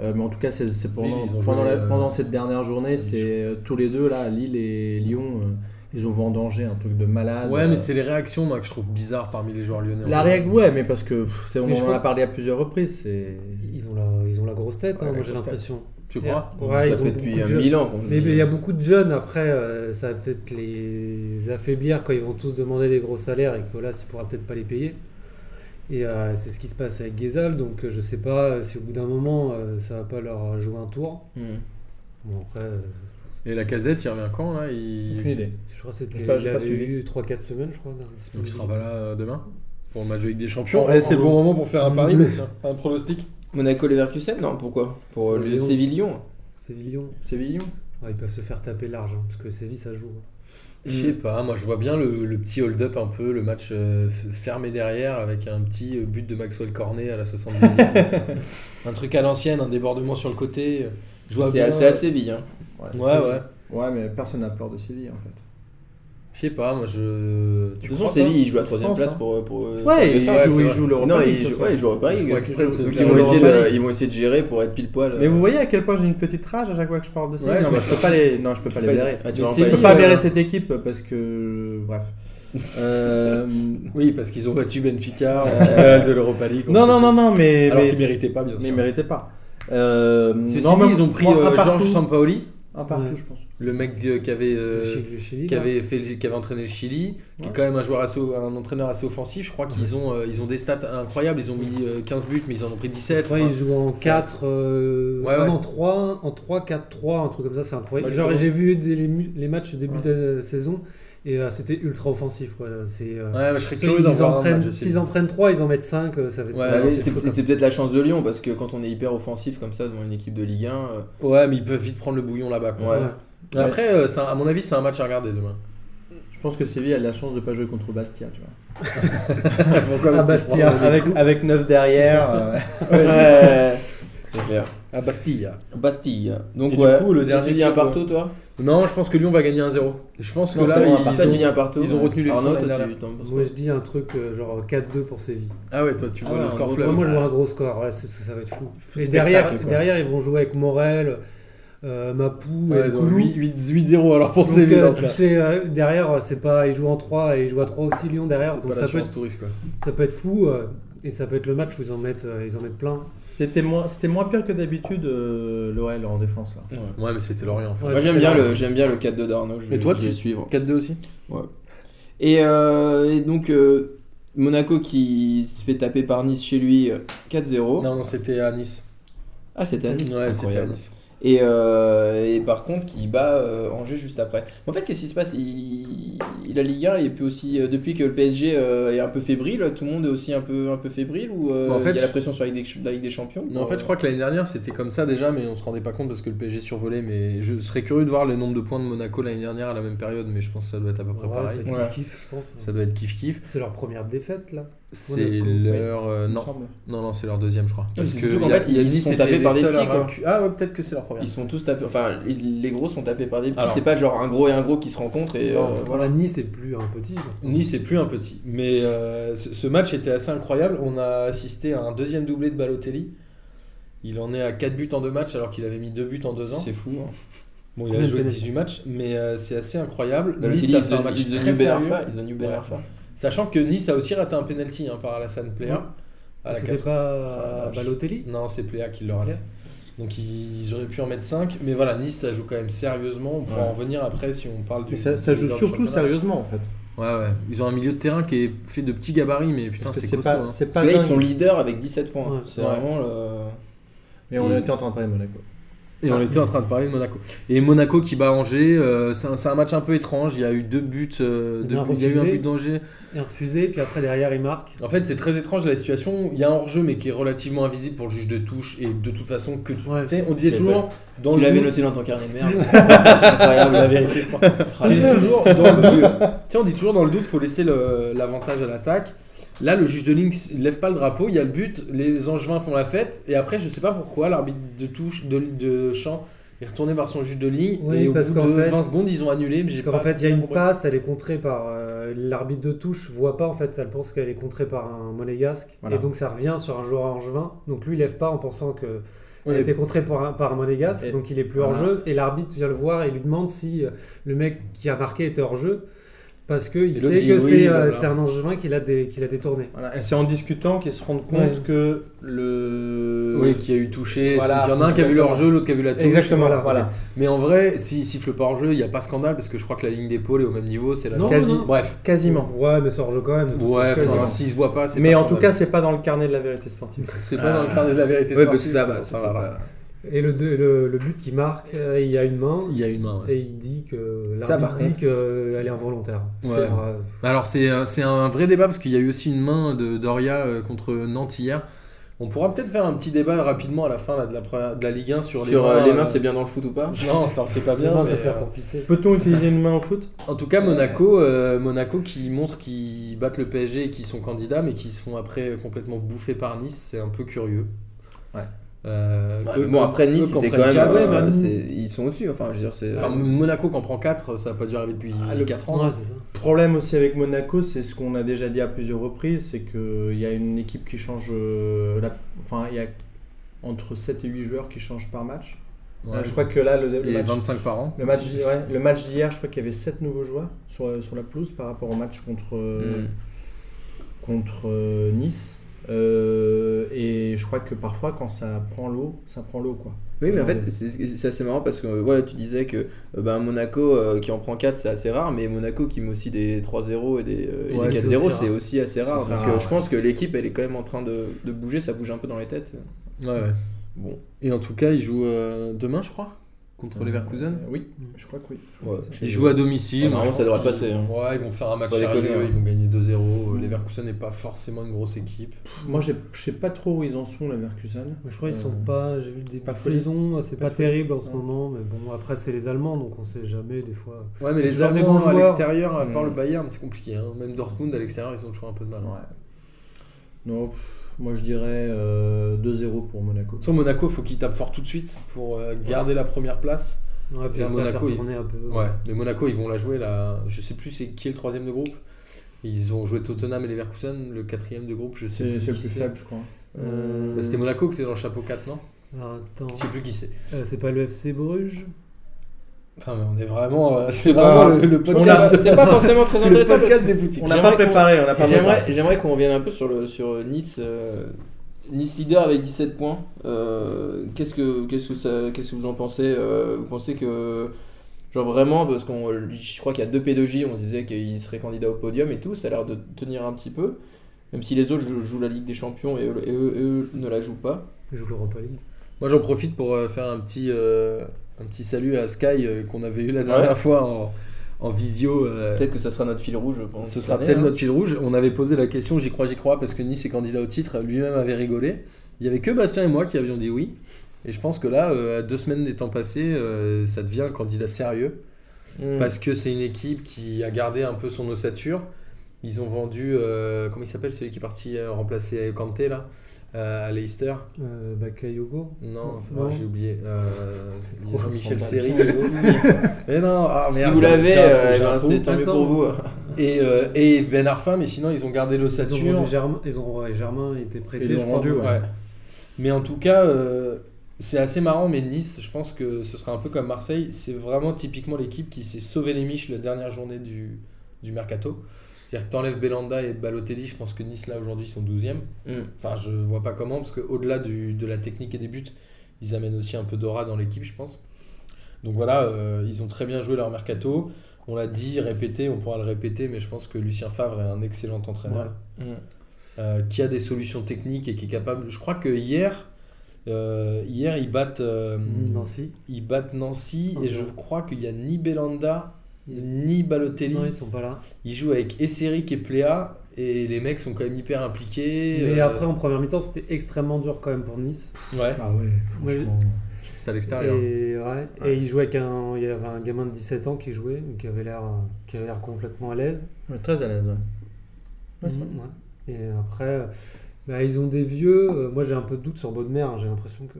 S3: Euh, mais en tout cas, c'est c'est pendant
S2: Lille, ils ont
S3: pendant,
S2: joué,
S3: la-
S2: euh,
S3: pendant cette dernière journée,
S2: samedi,
S3: c'est
S2: je
S3: euh, tous les deux là, Lille et Lyon, euh, ils ont vendangé un truc de malade.
S2: Ouais, mais
S3: Euh,
S2: c'est les réactions moi, que je trouve bizarres parmi les joueurs lyonnais.
S3: la réac, ouais, mais parce que pff, c'est- on
S4: Mais je
S3: en a
S4: pense-
S3: parlé à plusieurs reprises. C'est
S4: Ils ont la, ils ont la grosse tête, hein,
S3: Ouais, la
S4: moi j'ai
S3: grosse tête.
S4: l'impression.
S2: Tu crois
S4: Ouais,
S1: ça
S4: ils ont
S1: fait
S4: beaucoup
S1: depuis
S4: de
S1: euh,
S4: jeunes.
S1: mille ans qu'on le
S4: Mais mais
S1: dit.
S4: il y a beaucoup de jeunes, après, euh, ça va peut-être les affaiblir quand ils vont tous demander des gros salaires et que là, ils ne pourra peut-être pas les payer. Et euh, c'est ce qui se passe avec Guézal, donc euh, je sais pas euh, si au bout d'un moment, euh, ça va pas leur jouer un tour.
S1: Hmm.
S4: Bon, après, euh,
S2: Et la casette, il revient quand là il...
S3: aucune idée.
S4: je crois que c'était
S3: J'ai pas- j'ai
S4: il
S3: pas
S4: avait
S3: suivi.
S4: eu 3-4 semaines, je crois. dans le-
S2: Donc il sera pas là euh, demain pour le match de Ligue des Champions.
S3: En-
S2: Eh, c'est
S3: en-
S2: le bon moment pour faire un pari, mais ça. Un pronostic
S1: Monaco Leverkusen Non, pourquoi Pour euh, le
S4: Lyon.
S1: Séville Lyon.
S4: C'est Lyon.
S3: Séville Lyon.
S4: Ouais, ils peuvent se faire taper large, hein, parce que Séville, ça joue. hein.
S2: Je sais pas, moi je vois bien le, le petit hold-up un peu, le match euh, f- fermé derrière avec un petit euh, but de Maxwell Cornet à la 70e. un truc à l'ancienne, un débordement sur le côté. euh, Je vois
S1: C'est
S2: bien,
S1: à, c'est à Séville. hein.
S3: Ouais,
S2: Ouais, ouais.
S3: Ouais, mais personne n'a peur de Séville en fait.
S2: Je sais pas, moi je.
S1: De
S2: Tu
S1: toute façon,
S2: crois
S1: Séville,
S2: pas
S1: ils jouent à troisième
S3: pense,
S1: place
S3: hein.
S1: pour. pour euh, pour
S3: Ouais,
S1: les
S3: ils
S1: faire.
S2: jouent-
S3: jouent,
S2: ils
S3: ils jouent
S1: Non, ils jouent, ouais, ils jouent à Paris.
S2: Ils font exprès de se
S1: Donc,
S2: faire
S1: ils vont,
S2: leur
S1: essayer
S3: Paris.
S1: de, ils vont essayer de gérer pour être pile poil.
S3: Mais vous voyez à quel point j'ai une petite rage à chaque fois que je parle de ça.
S2: Ouais,
S3: non,
S2: je
S3: mais je peux pas les, non, je peux pas les
S1: Vas-y.
S3: blairer.
S1: Ah, tu
S2: Mais
S1: vas en
S2: si,
S3: Je
S1: parler.
S3: peux pas
S2: euh,
S3: blairer cette équipe parce que, bref. Euh,
S2: Oui, parce qu'ils ont battu Benfica en finale de l'Europa League. on
S3: non, non,
S2: sait
S3: non, non, mais
S2: tous. Alors
S3: mais-
S2: qu'ils méritaient pas, bien
S3: Mais
S2: sûr.
S3: ils méritaient pas. Euh,
S2: Ceci
S3: non,
S2: dit,
S3: mais
S2: ils ont pris
S3: un
S2: euh,
S3: partout.
S2: Georges Sampaoli,
S3: Un partout,
S4: Ouais.
S3: je pense.
S2: le mec euh, qui avait. euh,
S4: Le Chili- le Chili,
S2: qui
S4: là.
S2: avait, fait, le- qui avait entraîné le Chili, qui est
S3: Ouais.
S2: quand même un, joueur assez, un entraîneur assez offensif. Je crois qu'ils ont, euh, ils ont des stats incroyables. Ils ont mis euh, 15 buts, mais ils en ont pris 17.
S4: hein. Ouais,
S2: Enfin,
S4: ils jouent en
S2: ça-
S4: 4, euh,
S2: Ouais, ouais.
S4: en 3, en 3, 4, 3, un truc comme ça, c'est incroyable.
S3: Bah,
S4: Genre,
S3: justement.
S4: j'ai vu des- les, mu- les matchs au début
S3: Ouais.
S4: de la saison et euh, c'était ultra offensif. quoi. C'est, euh,
S2: ouais, je serais
S4: ceux,
S2: curieux
S4: ils
S2: d'en
S4: en
S2: voir un match.
S4: prennent-
S2: je sais.
S4: S'ils en prennent 3, ils en mettent 5, ça va être.
S2: Ouais,
S1: Bah,
S2: non,
S1: mais
S2: c'est
S1: c'est
S2: fou,
S1: c'est peut-être la chance de Lyon parce que quand on est hyper offensif comme ça devant une équipe de Ligue 1, euh,
S2: Ouais, mais ils peuvent vite prendre le bouillon là-bas. quoi.
S1: Ouais.
S2: Mais Après, euh, c'est un- à mon avis, c'est un match à regarder demain.
S3: Je pense que Séville a de la chance de pas jouer contre Bastia, tu vois.
S4: Ah,
S2: Pourquoi
S3: à Bastia,
S2: hein,
S3: avec, avec 9 derrière. euh,
S1: ouais, c'est clair.
S2: À Bastille.
S1: Bastille. Donc
S2: Et du
S1: ouais.
S2: coup, le
S1: Toi,
S2: dernier
S1: tu dis un
S2: club,
S1: partout, toi
S2: Non, je pense que Lyon va gagner 1-0. Je pense que
S3: Non,
S2: là,
S3: c'est bon, à
S2: ils,
S3: part
S1: Toi,
S2: ont-
S1: tu dis un partout.
S2: ils ont retenu les
S1: Arnaud,
S2: leçons
S1: toi,
S2: l'année
S1: tu t'en penses
S4: Moi,
S1: quoi
S4: je dis un truc euh, genre 4-2 pour Séville.
S2: Ah ouais, toi, tu vois
S1: Ah,
S2: le
S1: un
S2: score
S1: gros
S2: fleuve.
S4: Moi, je vois un gros score, ouais, c'est- ça va être fou.
S3: Foot
S4: Et derrière,
S3: spectacle, quoi.
S4: derrière, ils vont jouer avec Morel, euh, Mapou
S2: Ouais,
S4: et
S2: donc
S4: Koulou.
S2: 8 8-0 alors pour
S4: Donc,
S2: Séville.
S4: euh,
S2: dans ce cas.
S4: c'est, euh, derrière, c'est pas, ils jouent en 3 et ils jouent à 3 aussi Lyon derrière,
S2: C'est
S4: donc
S2: pas
S4: ça
S2: la
S4: peut, être,
S2: chance touriste, quoi.
S4: ça peut être fou euh, et ça peut être le match où ils en mettent, euh, ils en mettent plein.
S3: C'était moins, c'était moins pire que d'habitude euh, l'OL en défense là.
S1: Ouais.
S2: Ouais, mais c'était Lorient en fait.
S4: Ouais,
S1: Moi,
S4: c'était
S1: j'aime bien
S4: marrant.
S1: le j'aime bien le 4-2 d'Arnaud. Je,
S2: Mais toi,
S1: je vais
S2: tu-
S1: suivre.
S2: 4-2 aussi
S1: Et, euh, et donc euh, Monaco qui se fait taper par Nice chez lui euh, 4-0.
S2: Non, non, c'était à Nice.
S1: Ah c'était à Nice.
S2: Ouais, c'était à
S1: Incroyable.
S2: Nice.
S1: Et, euh, et par contre, qui bat euh, Angers juste après. En fait, qu'est-ce qui se passe il, il- La Ligue 1, il est plus aussi. euh, depuis que le PSG euh, est un peu fébrile, tout le monde est aussi un peu, un peu fébrile Ou euh,
S2: Bah, en fait,
S1: il y a la
S2: je-
S1: pression sur la Ligue des, la Ligue des Champions
S2: Non, en fait, je crois que l'année dernière, c'était comme ça déjà, mais on se rendait pas compte parce que le PSG survolait. Mais je serais curieux de voir le nombre de points de Monaco l'année dernière à la même période, mais je pense que ça doit être à peu près
S4: Ouais,
S2: pareil.
S4: c'est
S1: Ouais.
S4: kiff, je pense.
S2: Ça doit être kiff-kiff.
S4: C'est leur première défaite là.
S2: C'est
S4: Monaco,
S2: leur. euh,
S3: il me
S2: non.
S3: semble.
S2: non, non, c'est leur deuxième, je crois.
S1: parce que Ah, surtout qu'en fait, ils se font
S2: c'était
S1: taper
S2: les
S1: par des
S2: seuls à
S1: petits, quoi.
S2: vaincu- Ah ouais, peut-être que c'est leur première.
S1: Ils sont tous tapés. Enfin, les- les gros sont tapés par des petits.
S2: Alors.
S1: C'est pas genre un gros et un gros qui se rencontrent et.
S2: Non.
S1: euh,
S4: Voilà, Nice est plus un petit. quoi.
S2: Nice est plus un petit. Mais euh, ce ce match était assez incroyable. On a assisté à un deuxième doublé de Balotelli. Il en est à 4 buts en 2 matchs alors qu'il avait mis 2 buts en 2 ans.
S1: C'est fou. hein.
S2: Bon, il
S4: Combien
S2: a
S4: de
S2: joué
S4: pénalty
S2: 18 matchs, mais euh, c'est assez incroyable.
S1: Là, le
S2: nice
S1: Chili,
S2: a
S1: ils
S2: fait un
S1: ont-
S2: match
S1: ils ont
S2: très
S1: new
S2: sérieux.
S1: Berfa. Ils ont new Berfa.
S2: Sachant que Nice a aussi raté un penalty hein, par Alassane Plea. À la
S4: C'était
S2: 4.
S4: pas
S2: Enfin, je-
S4: Balotelli
S2: Non, c'est Plea qui
S4: C'est
S2: le rate.
S4: Plea
S2: Donc ils ils auraient pu en mettre 5. Mais voilà, Nice, ça joue quand même sérieusement. On pourra
S1: Ouais.
S2: en revenir après si on parle du.
S3: Mais ça, ça
S2: du
S3: joue
S2: leader du
S3: surtout
S2: championnat.
S3: sérieusement en fait.
S2: Ouais, ouais. Ils ont un milieu de terrain qui est fait de petits gabarits, mais putain,
S3: Parce que
S2: c'est
S3: c'est
S2: costaud.
S3: pas,
S2: hein.
S3: c'est pas
S1: Parce que là, ils
S3: dingue.
S1: sont leaders avec 17 points.
S4: Ouais.
S1: C'est
S2: Ouais.
S1: vraiment le.
S3: Mais on était en train de parler de Monaco.
S2: Et
S3: Ah.
S2: on était en train de parler de Monaco. Et Monaco qui bat Angers, euh, c'est un, c'est un match un peu étrange. Il y a eu deux buts. euh,
S4: Il y
S2: deux
S4: en a
S2: buts- il y a eu un
S4: refusé.
S2: but d'Angers.
S4: Et refusé, puis après derrière ils marquent.
S2: En fait, c'est très étrange la situation. Il y a un hors-jeu, mais qui est relativement invisible pour le juge de touche. Et de toute façon, que tu
S4: Ouais.
S2: tu sais, on disait
S1: Tu
S2: toujours dans
S1: Tu
S2: le
S1: l'avais
S2: doute-
S1: noté dans ton carnet de merde. Incroyable, la vérité sportive.
S2: tu dis toujours dans le doute- tu sais, on dit toujours dans le doute, faut laisser le- l'avantage à l'attaque. Là, le juge de ligne s- lève pas le drapeau, il y a le but, les Angevins font la fête, et après, je sais pas pourquoi, l'arbitre de touche, de, de champ, est retourné vers son juge de ligne,
S4: Oui,
S2: et au
S4: parce
S2: bout
S4: qu'en
S2: de
S4: fait-
S2: 20 secondes, ils ont annulé, mais j'ai pas
S4: En fait, il y a
S2: bien
S4: une
S2: compris.
S4: passe, elle est contrée par euh, l'arbitre de touche, voit pas en fait, elle pense qu'elle est contrée par un monégasque,
S3: Voilà.
S4: et donc ça revient sur un joueur angevin. Donc lui, il lève pas en pensant que
S2: Ouais,
S4: elle a été contrée par un, par un monégasque,
S2: Et-
S4: donc il est plus
S3: voilà.
S4: hors jeu. Et l'arbitre vient le voir et lui demande si euh, le mec qui a marqué était hors jeu, parce que il
S2: Et l'autre
S4: sait
S2: dit
S4: que
S2: oui,
S4: c'est euh,
S2: voilà.
S4: c'est un angevin qui l'a dé- qui l'a détourné.
S3: Voilà, et c'est en discutant qu'ils se rendent compte
S4: Ouais.
S3: que le.
S2: Oui, qui a eu touché.
S3: Voilà.
S2: Il y en a un qui a vu leur
S3: Exactement.
S2: jeu, l'autre qui a vu la touche.
S3: Exactement,
S4: Voilà.
S3: voilà.
S2: Mais en vrai, s'il siffle pas hors jeu, il n'y a pas scandale parce que je crois que la ligne d'épaule est au même niveau. C'est la
S4: Non,
S3: Quasi.
S4: non, non.
S2: Bref.
S3: Quasiment.
S4: Ouais, mais c'est hors jeu quand même. de toute
S2: Ouais,
S4: façon.
S2: enfin, s'il se voit pas, c'est
S3: Mais
S2: pas
S3: en tout
S2: scandale.
S3: cas, c'est pas dans le carnet de la vérité sportive.
S2: c'est pas dans le
S1: Ah.
S2: carnet de la vérité.
S1: Ouais, parce que
S2: sportive.
S1: ça bah, va,
S2: Ça
S1: c'était
S2: va,
S1: pas-
S2: là.
S4: Et le, deux- le, le but qui marque, euh, il y a une main.
S2: Il y a une main. ouais.
S4: Et il dit que
S1: Ça,
S4: l'arbitre
S1: par
S4: dit
S1: contre.
S4: qu'elle est involontaire.
S2: Ouais.
S4: C'est, euh,
S2: Alors, c'est euh, c'est un vrai débat parce qu'il y a eu aussi une main de Doria euh, contre Nantes hier. On pourra peut-être faire un petit débat rapidement à la fin là, de, la, première- de la Ligue 1 sur,
S1: Sur euh, les mains,
S2: euh,
S1: c'est bien dans le foot ou pas
S2: Non, ça c'est pas bien.
S4: Non,
S2: mais,
S4: ça sert
S2: euh,
S4: pour pisser.
S3: Peut-on utiliser une main au foot
S2: En tout cas, Monaco, euh, Monaco qui montre qu'ils battent le PSG et qu'ils sont candidats, mais qui se font après complètement bouffer par Nice, c'est un peu curieux.
S3: Ouais.
S2: Euh,
S1: Ouais,
S2: eux-
S1: mais bon, après
S2: eux
S1: Nice,
S2: qu'en
S1: c'était quand même.
S2: prennent quatre,
S1: euh,
S2: ouais, mais-
S1: c'est- ils sont au-dessus, enfin, je veux dire, c'est.
S2: Enfin, Monaco qui en prend 4, ça n'a pas dû arriver depuis
S3: Ah, le-
S2: 4 ans.
S4: Ouais, c'est ça.
S3: problème aussi avec Monaco, c'est ce qu'on a déjà dit à plusieurs reprises, c'est qu'il y a une équipe qui change, euh, la- enfin il y a entre 7 et 8 joueurs qui changent par match.
S2: Ouais.
S3: Euh, je crois que là, le, le
S2: Et
S3: match,
S2: 25 par an.
S3: le match, d'hi- ouais, le match d'hier, je crois qu'il y avait 7 nouveaux joueurs sur, euh, sur la pelouse par rapport au match contre, euh,
S2: Mm.
S1: Hmm.
S3: contre euh, Nice. Euh, et je crois que parfois, quand ça prend l'eau, ça prend l'eau quoi.
S1: Oui, mais en fait, c'est c'est assez marrant parce que euh, ouais, tu disais que euh, ben, Monaco euh, qui en prend 4, c'est assez rare, mais Monaco qui met aussi des 3-0 et des, euh, et
S2: Ouais,
S1: des
S2: c'est
S1: 4-0,
S2: aussi
S1: c'est
S2: rare.
S1: aussi assez rare.
S3: C'est
S1: Donc,
S3: rare,
S1: euh, je pense que l'équipe, elle est quand même en train de, de bouger, ça bouge un peu dans les têtes.
S2: Ouais, ouais.
S1: Bon,
S2: Et en tout cas, ils jouent euh, demain, je crois, contre les Leverkusen.
S3: Euh, Oui, je crois que oui. Je crois
S1: ouais,
S3: que c'est ça.
S2: Ils jouent à domicile.
S1: Ouais, Ah, normalement, ça
S2: je pense
S1: devrait
S2: qu'ils-
S1: passer, hein.
S2: Ouais, ils vont faire un match
S1: Pas
S2: sérieux,
S1: déconner, hein.
S2: ils vont gagner 2-0.
S3: Mm.
S2: Leverkusen n'est pas forcément une grosse équipe.
S3: Moi, j'ai- je sais pas trop où ils en sont, la Mercusal.
S4: Mais je crois qu'ils
S3: Euh,
S4: sont pas. J'ai vu des
S3: pas folie.
S4: saisons, c'est pas,
S3: Pas folie.
S4: terrible en ce
S3: Ouais.
S4: moment, mais bon, après, c'est les Allemands, donc on sait jamais des fois.
S2: Ouais,
S4: Il
S2: mais
S4: y a
S2: les
S4: toujours des bons
S2: Allemands à
S4: joueurs.
S2: l'extérieur, à part
S3: Mm.
S2: le Bayern, c'est compliqué. hein. Même Dortmund à l'extérieur, ils ont toujours un peu de mal. hein.
S3: Ouais. Non, pff, moi je dirais euh, 2-0 pour Monaco.
S2: Sur Monaco, faut qu'ils tapent fort tout de suite pour euh, garder la première place.
S4: Ouais, puis
S2: Et
S4: après,
S2: Monaco,
S4: faire
S2: ils-
S4: tourner un peu.
S2: Ouais, mais Monaco, ils vont la jouer là. Je sais plus c'est qui est le troisième de groupe. Ils ont joué Tottenham et Leverkusen, le quatrième de groupe, je sais
S3: C'est
S2: plus.
S3: c'est le
S2: qui
S3: plus
S2: c'est.
S3: faible, je crois.
S4: Euh,
S2: Bah, C'était Monaco qui était dans le chapeau 4, non
S4: alors, attends,
S2: Je sais plus qui c'est.
S4: Euh, c'est pas le FC Bruges
S2: Enfin, mais on est vraiment. euh, c'est vraiment
S3: Ah,
S2: le, le
S1: c'est pas,
S2: podcast.
S1: c'est pas forcément très
S2: le
S1: intéressant.
S2: podcast des boutiques.
S3: On n'a
S1: J'aimerais
S3: pas préparé, on n'a pas
S2: hein.
S3: préparé.
S1: J'aimerais, j'aimerais qu'on revienne un peu sur, le, sur Nice. euh, Nice leader avec 17 points. Euh, qu'est-ce, que, qu'est-ce, que ça- qu'est-ce que vous en pensez Euh, Vous pensez que, genre vraiment, parce qu'on, je crois qu'il y a deux P2J, on se disait qu'ils seraient candidats au podium et tout, ça a l'air de tenir un petit peu. Même si les autres jou- jouent la Ligue des Champions et eux, et eux- et eux ne la jouent pas.
S4: Ils jouent l'Europa League.
S2: Moi, j'en profite pour euh, faire un petit, euh, un petit salut à Sky euh, qu'on avait eu la dernière fois en, en visio. euh,
S1: Peut-être que ça sera notre fil rouge, je pense.
S2: Ce sera
S1: cette
S2: peut-être
S1: année, hein.
S2: notre fil rouge. On avait posé la question, j'y crois, j'y crois, parce que Nice est candidat au titre. Lui-même avait rigolé. Il y avait que Bastien et moi qui avions dit oui. Et je pense que là, euh, à deux semaines des temps passés, euh, ça devient un candidat sérieux.
S1: Mm.
S2: Parce que c'est une équipe qui a gardé un peu son ossature. Ils ont vendu, euh, comment il s'appelle celui qui est parti euh, remplacer Kanté là euh, à Leicester
S4: Euh, Bakayoko
S2: Non, c'est
S4: Non.
S2: vrai, j'ai oublié. Euh,
S3: trop
S2: Jean-Michel
S3: fort.
S2: Seri. Mais non, ah,
S1: Si
S2: merde,
S1: vous
S2: j'ai un-
S1: l'avez,
S2: j'ai un trou,
S1: euh,
S2: j'ai un
S1: ben,
S2: trou.
S1: c'est tant mieux
S4: Attends.
S1: pour vous.
S2: Et, euh, et Ben Arfa, mais sinon ils ont gardé
S4: Ils
S2: l'ossature.
S4: ont rendu Germain, ils ont, ouais, Germain il était prêté.
S3: Ils l'ont
S4: je crois,
S3: rendu,
S4: bon.
S3: ouais.
S2: Ouais. Mais en tout cas, euh, c'est assez marrant. Mais Nice, je pense que ce sera un peu comme Marseille. C'est vraiment typiquement l'équipe qui s'est sauvé les miches la dernière journée du, du mercato. C'est-à-dire que t'enlèves Belanda et Balotelli, je pense que Nice là aujourd'hui ils sont 12e.
S1: Mm.
S2: Enfin, je vois pas comment, parce qu'au-delà du- de la technique et des buts, ils amènent aussi un peu d'aura dans l'équipe, je pense. Donc voilà, euh, ils ont très bien joué leur mercato. On l'a dit, répété, on pourra le répéter, mais je pense que Lucien Favre est un excellent entraîneur
S1: Mm.
S2: euh, qui a des solutions techniques et qui est capable. Je crois que hier, euh, hier ils battent, euh,
S4: Nancy.
S2: ils battent Nancy et je
S4: 1-0.
S2: crois qu'il n'y a ni Belanda ni Balotelli.
S4: Non, ils sont pas là.
S2: Ils jouent avec Esseric et Pléa et les mecs sont quand même hyper impliqués.
S4: Mais
S2: euh,
S4: après, en première mi-temps, c'était extrêmement dur quand même pour Nice.
S2: ouais,
S3: Ah ouais,
S4: Ouais.
S3: franchement.
S2: c'est à
S4: Et,
S2: l'extérieur.
S4: ouais, et il jouait avec un, il y avait un gamin de 17 ans qui jouait, donc qui avait l'air, qui avait l'air complètement à l'aise.
S3: Ouais, très à l'aise, ouais. Ouais, c'est vrai.
S4: Mhm, ouais. Et après, bah, ils ont des vieux. Euh, Moi, j'ai un peu de doute sur Bodmer. hein. J'ai l'impression que.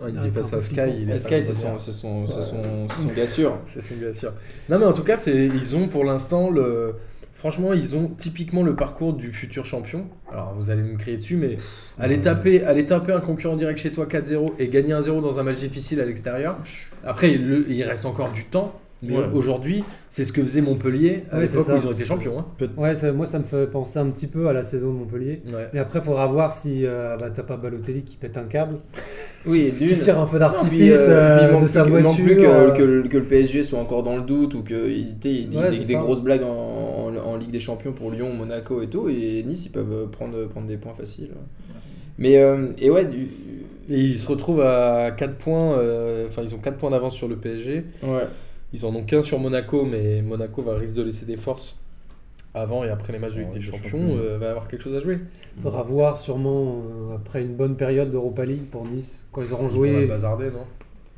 S2: Ah, il
S4: Ah,
S2: est passé
S4: enfin,
S2: à Sky. il est
S1: La
S2: pas
S1: Sky,
S2: dans
S1: c'est
S2: le
S1: son, c'est son, c'est son, c'est son gars sûr.
S2: C'est son bien sûr. Non mais en tout cas, c'est ils ont pour l'instant le franchement, ils ont typiquement le parcours du futur champion. Alors vous allez me crier dessus mais aller taper aller taper un concurrent direct chez toi 4-0 et gagner 1-0 dans un match difficile à l'extérieur. Après le- il reste encore du temps. Mais
S3: Ouais.
S2: aujourd'hui, c'est ce que faisait Montpellier à
S4: Ouais,
S2: l'époque
S4: c'est
S2: où
S4: ça.
S2: ils ont été champions. hein.
S4: Ouais, ça- moi, ça me fait penser un petit peu à la saison de Montpellier.
S2: Ouais.
S4: Et après, faudra voir si euh, bah, t'as pas Balotelli qui pète un câble,
S1: Oui,
S4: qui
S1: d'une.
S4: tire un feu
S1: Non, puis,
S4: d'artifice
S1: euh,
S4: euh,
S1: puis il manque
S4: de sa
S1: plus que-
S4: voiture.
S1: manque plus que,
S4: euh,
S1: que le- que le PSG soit encore dans le doute ou qu'il il,
S4: Ouais,
S1: dit
S4: c'est
S1: des
S4: ça.
S1: grosses blagues en, en- en Ligue des Champions pour Lyon, Monaco et tout. Et Nice, ils peuvent prendre, prendre des points faciles. Mais euh, et ouais, du-
S2: Et ils se retrouvent à 4 points euh, enfin ils ont 4 points d'avance sur le PSG.
S1: ouais.
S2: Ils en ont qu'un sur Monaco, mais Monaco va risque de laisser des forces avant et après les matchs de Ligue
S3: Ouais,
S2: des
S3: des
S2: Champions,
S3: champions.
S2: euh, va avoir quelque chose à jouer.
S4: Faudra voir sûrement euh, après une bonne période d'Europa League pour Nice quand ils auront
S2: Ils vont la
S4: joué.
S2: bazarder, non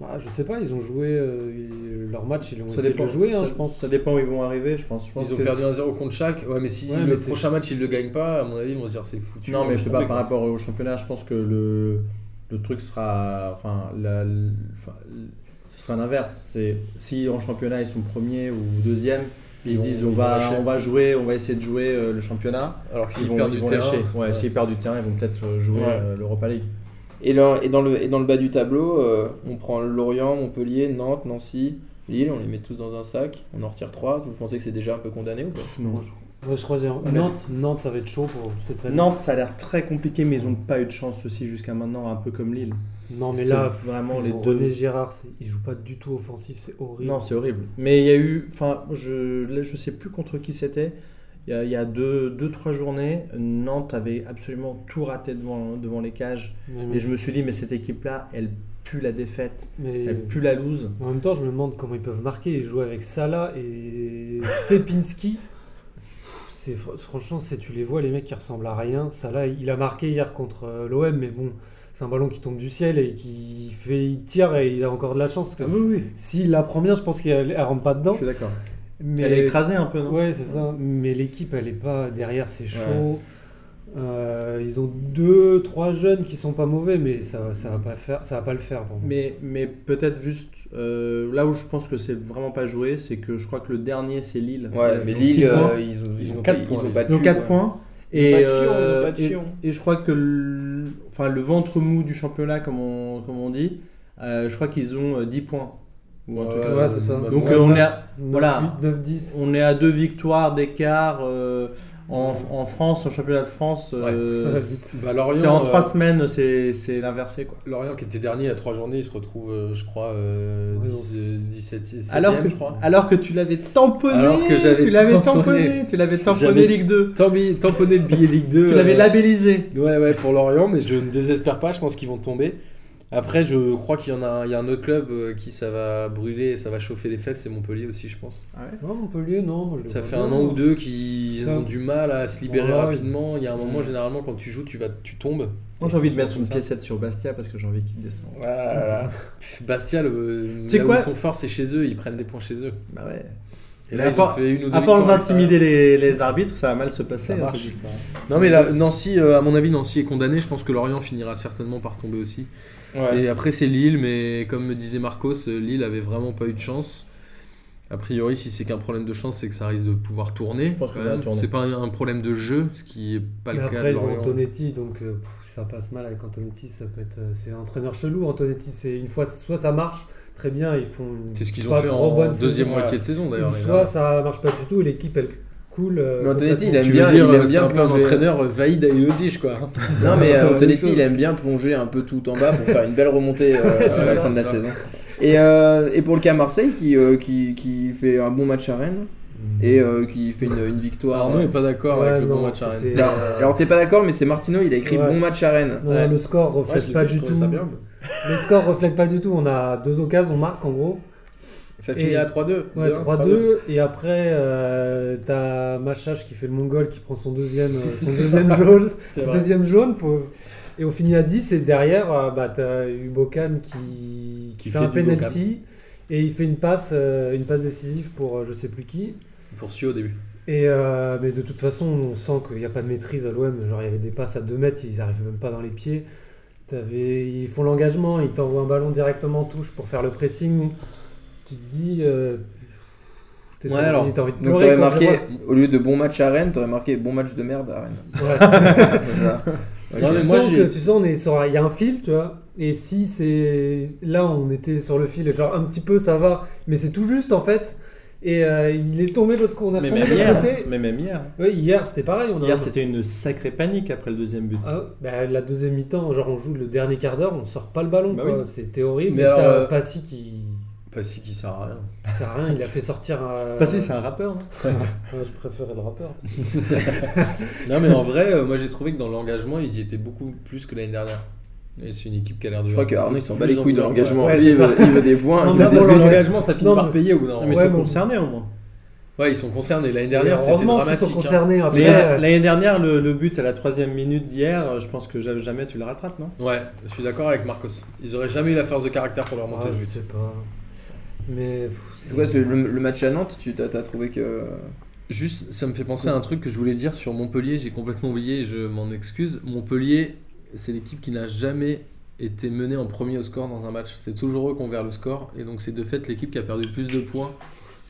S4: Bah, je sais pas, ils ont joué euh, ils- leur match, ils ont
S3: Ça
S4: essayé de
S3: dépend,
S4: le jouer, hein,
S3: ça-
S4: je pense.
S3: Ça dépend où ils vont arriver, je pense. Je pense
S2: Ils ont
S3: que-
S2: perdu 1-0 contre Schalke. Ouais, mais si
S4: Ouais,
S2: le
S4: mais c'est-
S2: prochain match ils le gagnent pas, à mon avis, ils vont se dire c'est foutu. hein,
S3: Non, mais je
S2: sais
S3: sais pas, par rapport au championnat, je pense que le, le truc sera. Enfin, la- l- enfin, l- ce sera l'inverse. C'est si en championnat ils sont premiers ou deuxième, ils,
S2: Ils
S3: se
S2: vont-
S3: disent
S2: ils
S3: on
S2: vont
S3: va,
S2: lâcher.
S3: on va jouer, on va essayer de jouer euh, le championnat.
S2: Alors que
S3: Ils
S2: s'ils
S3: vont,
S2: perdent
S3: ils
S2: du
S3: vont
S2: terrain,
S3: lâcher. Ouais,
S2: ouais.
S3: S'ils perdent du terrain, ils vont peut-être euh, jouer
S1: Ouais.
S3: euh, l'Europa League.
S1: Et, là- et dans le, et dans le bas du tableau, euh, on prend Lorient, Montpellier, Nantes, Nancy, Lille, on les met tous dans un sac, on en retire 3. Vous pensez que c'est déjà un peu condamné ou pas
S4: Moi, je, moi, je crois que j'ai- Nantes, Nantes, ça va être chaud pour cette saison.
S3: Nantes, ça a l'air très compliqué, mais ils n'ont pas eu de chance aussi jusqu'à maintenant, un peu comme Lille.
S4: Non, mais
S3: C'est
S4: là,
S3: vraiment les
S4: ils ont
S3: deux.
S4: René Girard, c'est- il joue pas du tout offensif, c'est horrible.
S3: Non, c'est horrible. Mais il y a eu, enfin, je, là, je sais plus contre qui c'était. Il y a, il y a deux, deux, trois journées, Nantes avait absolument tout raté devant, devant les cages.
S4: mais,
S3: Et je me suis dit, mais cette équipe-là, elle pue la défaite,
S4: mais-
S3: elle pue la loose.
S4: en même temps, je me demande comment ils peuvent marquer. Ils jouent avec Salah et Stepinski. Pff, c'est fr- franchement, c'est tu les vois, les mecs qui ressemblent à rien. Salah, il a marqué hier contre euh, l'OM, mais bon, c'est un ballon qui tombe du ciel et qui fait, il tire et il a encore de la chance. parce Que
S3: Ah oui,
S4: S'il la prend bien, Ah je pense qu'elle elle rentre pas
S3: Je
S4: dedans.
S3: suis d'accord.
S4: Mais
S3: Elle est écrasée un
S2: hein.
S3: peu, non
S4: Ouais, c'est ça. Mais l'équipe, elle est pas derrière, c'est chaud. Euh, ils ont deux, trois jeunes qui sont pas mauvais, mais ça, ça va pas faire, ça va pas le faire. pour moi.
S3: Mais, mais peut-être juste, euh, là où je pense que c'est vraiment pas joué, c'est que je crois que le dernier, c'est Lille.
S1: Ouais,
S3: Ils
S1: mais
S3: ont six
S1: Lille, euh,
S3: points.
S1: ils ont,
S2: Ils ont
S1: pas-
S2: quatre points,
S1: ils ont
S2: les-
S1: pas
S3: Ils ont
S1: de
S3: 4
S1: cul, ouais.
S3: points.
S1: Ils ont
S3: Et,
S1: pas de fion, ils ont
S3: euh,
S1: pas de
S3: et-
S1: fion.
S3: et je crois que le, enfin, le ventre mou du championnat, comme on, comme on dit, euh, je crois qu'ils ont euh, 10 points. Ou un truc
S4: Ouais,
S3: comme
S4: ouais,
S3: ça.
S4: c'est ça.
S3: Donc
S2: ouais,
S3: euh, on, est
S2: neuf.
S3: à, voilà.
S4: 9, 8, 9, 10.
S3: on est à deux victoires d'écart euh, en, en France, en championnat de France. euh,
S4: ça va
S3: c'est-
S4: vite.
S2: Bah, Lorient,
S3: c'est en
S2: euh,
S3: 3 semaines, c'est c'est l'inversé. quoi.
S2: Lorient qui était dernier il y a 3 journées, il se retrouve, euh, je crois, euh,
S4: Ouais,
S2: 10, euh, 17 16e,
S3: Alors que,
S2: je crois.
S3: alors que tu l'avais tamponné,
S2: Alors que j'avais
S3: tu l'avais
S2: tamponné.
S3: tamponné, tu l'avais
S2: J'avais-
S3: tamponné Ligue 2,
S2: Tambi- Tamponné le billet Ligue 2.
S3: tu l'avais
S2: euh,
S3: labellisé.
S2: Ouais, ouais, pour Lorient, mais je ne désespère pas, je pense qu'ils vont tomber. Après, je crois qu'il y en a, un- il y a un autre club euh, qui ça va brûler, ça va chauffer les fesses, c'est Montpellier aussi, je pense.
S4: Non, Montpellier, non. moi, je les
S2: Ça
S4: vois
S2: fait
S4: bien,
S2: un an
S3: hein.
S4: moi.
S2: ou deux qu'ils
S4: Ça.
S2: ont du mal à se libérer
S4: Voilà,
S2: rapidement. Il y a un moment, généralement, quand tu joues, tu, vas, tu tombes.
S3: Moi j'ai envie de
S2: C'est
S3: mettre
S2: comme
S3: une
S2: ça.
S3: piécette sur Bastia parce que j'ai envie qu'il descende.
S1: Voilà.
S2: Bastia, le,
S3: C'est
S2: là
S3: quoi
S2: où ils sont forts, c'est chez eux, ils prennent des points chez eux.
S3: Bah ouais.
S2: Et
S3: À
S2: là, ils ont
S3: for-
S2: fait une ou deux
S3: À force
S2: victoires,
S3: d'intimider les, les arbitres, ça va mal se passer.
S2: Ça
S3: hein,
S2: marche.
S3: cette histoire.
S2: ça. Non, mais là, Nancy, euh, à mon avis, Nancy est condamnée. Je pense que Lorient finira certainement par tomber aussi.
S1: Ouais.
S2: Et après, c'est Lille, mais comme me disait Marcos, euh, Lille avait vraiment pas eu de chance. A priori, si c'est qu'un problème de chance, c'est que ça risque de pouvoir tourner.
S3: Je pense que
S2: quand
S3: ça va
S2: même.
S3: tourner.
S2: C'est pas un un problème de jeu, ce qui est pas
S4: Mais
S2: le cas
S4: après,
S2: de
S4: ils ont
S2: Lorient.
S4: Antonetti, donc euh, pff, ça passe mal avec Antonetti. Ça peut être, euh, c'est un entraîneur chelou. Antonetti, c'est une fois, soit ça marche très bien, ils font. une
S2: C'est ce qu'ils
S4: pas
S2: ont fait
S4: trop
S2: en
S4: bonne saison,
S2: deuxième
S1: ouais.
S2: moitié de saison d'ailleurs.
S4: Une
S2: les
S4: fois,
S2: gars.
S4: ça marche pas du tout. et L'équipe, elle coule. euh,
S1: Mais Antonetti, il aime
S2: Tu
S1: bien,
S2: veux dire,
S1: il aime
S2: euh, c'est
S1: bien
S2: un peu un
S1: plonger.
S2: entraîneur euh, Vaïd Ayozich quoi.
S1: Non, mais euh,
S4: Même
S1: Antonetti,
S4: chose.
S1: il aime bien plonger un peu tout en bas pour faire une belle remontée euh,
S4: Ouais, c'est
S1: à la
S4: ça,
S1: fin de la
S2: ça.
S1: saison. Et, euh, et pour le cas Marseille, qui, euh, qui, qui fait un bon match à Rennes et euh, qui fait une, une victoire.
S2: Bah, Arnaud est pas d'accord
S4: Ouais,
S2: avec le
S4: non,
S2: bon match à Rennes.
S4: c'était-
S1: Alors, alors, t'es pas d'accord, mais c'est Martino, il a écrit
S4: Ouais.
S1: bon match à Rennes.
S4: Non, non, le score reflète pas du tout. Le score reflète pas du tout. On a deux occasions, on marque en gros.
S2: Ça
S4: finit
S2: finit
S4: Et- à
S2: à 3-2.
S4: Ouais, 3-2. Et après, euh, t'as Machach qui fait le mongol qui prend son deuxième, euh, son deuxième jaune. deuxième jaune pour- Et on finit à 10. Et derrière, euh, bah, t'as Ubokan qui, qui,
S2: Qui
S4: fait,
S2: fait
S4: un
S2: du
S4: penalty. Et il fait une passe, euh, une passe décisive pour euh, je sais plus qui.
S2: Pour Sio au début.
S4: Et euh, mais de toute façon, on sent qu'il n'y a pas de maîtrise à l'OM. Genre, il y avait des passes à 2 mètres, ils n'arrivent même pas dans les pieds. T'avais- ils font l'engagement, ils t'envoient un ballon directement en touche pour faire le pressing. Tu te dis. euh, t'es-
S2: Ouais,
S4: t'as envie-
S2: alors,
S4: t'as envie de
S1: Donc t'aurais
S4: pleurer. quand je
S1: marqué, au lieu de bon match à Rennes, t'aurais marqué bon match de merde à Rennes.
S4: vois- Ouais.
S1: Voilà.
S2: Ouais,
S4: Parce que
S2: mais
S4: tu,
S2: moi,
S4: sens
S2: j'ai-
S4: que, tu sens, on est sur, il y a un fil, tu vois. Et si c'est là, on était sur le fil, et genre un petit peu, ça va, mais c'est tout juste en fait. Et euh, il est tombé de l'autre côté. On est
S3: Mais
S4: retombé
S3: même
S4: de l'autre
S3: hier,
S4: côté.
S3: mais même hier.
S4: Ouais, hier, c'était pareil. On a
S3: Hier, c'était une sacrée panique après le deuxième but.
S4: Ah, bah, la deuxième mi-temps, genre on joue le dernier quart d'heure, on sort pas le ballon,
S3: Bah
S4: quoi.
S3: oui.
S4: C'était horrible.
S2: Mais
S4: Mais t'as
S2: alors, euh,
S4: Passy qui
S2: Pas si qui sert à rien.
S4: ça sert à rien, il a fait sortir. un-
S3: Pas si c'est un rappeur, hein. non
S4: Ouais, je préférais le rappeur.
S2: Non, mais en vrai, euh, moi j'ai trouvé que dans l'engagement, ils y étaient beaucoup plus que l'année dernière. Et c'est une équipe qui a l'air de.
S1: Je crois que Arnaud il s'en bat les couilles de
S2: Ouais.
S1: l'engagement.
S4: Ouais,
S1: Lui,
S4: c'est
S1: il,
S4: ça.
S1: veut, il veut des points. il
S4: Non,
S2: Non,
S1: veut
S4: mais
S1: des
S2: parce que
S1: buts.
S2: l'engagement, ça finit
S4: Non,
S2: par
S4: mais-
S2: payer au bout
S3: Non,
S2: d'un moment.
S3: Ah, mais
S4: Ouais,
S3: c'est
S4: mais on-
S3: concerné au moins.
S2: Ouais, ils sont concernés. L'année dernière, c'était
S4: heureusement qu'ils
S2: dramatique.
S4: sont
S2: hein.
S4: concernés. Après,
S3: Mais
S4: euh,
S3: L'année dernière, le, le but à la troisième minute d'hier, euh, je pense que ja- jamais tu le rattrapes, non
S2: Ouais, je suis d'accord avec Marcos. Ils auraient jamais eu la force de caractère pour leur
S4: ah,
S2: monter ce
S4: je
S2: but.
S4: sais pas. Mais pff,
S1: C'est quoi, c'est le, le match à Nantes, tu t'as t'as trouvé que.
S2: Juste, ça me fait penser à un truc que je voulais dire sur Montpellier. J'ai complètement oublié et je m'en excuse. Montpellier, c'est l'équipe qui n'a jamais été menée en premier au score dans un match. C'est toujours eux qui ont ouvert le score. Et donc, c'est de fait l'équipe qui a perdu le plus de points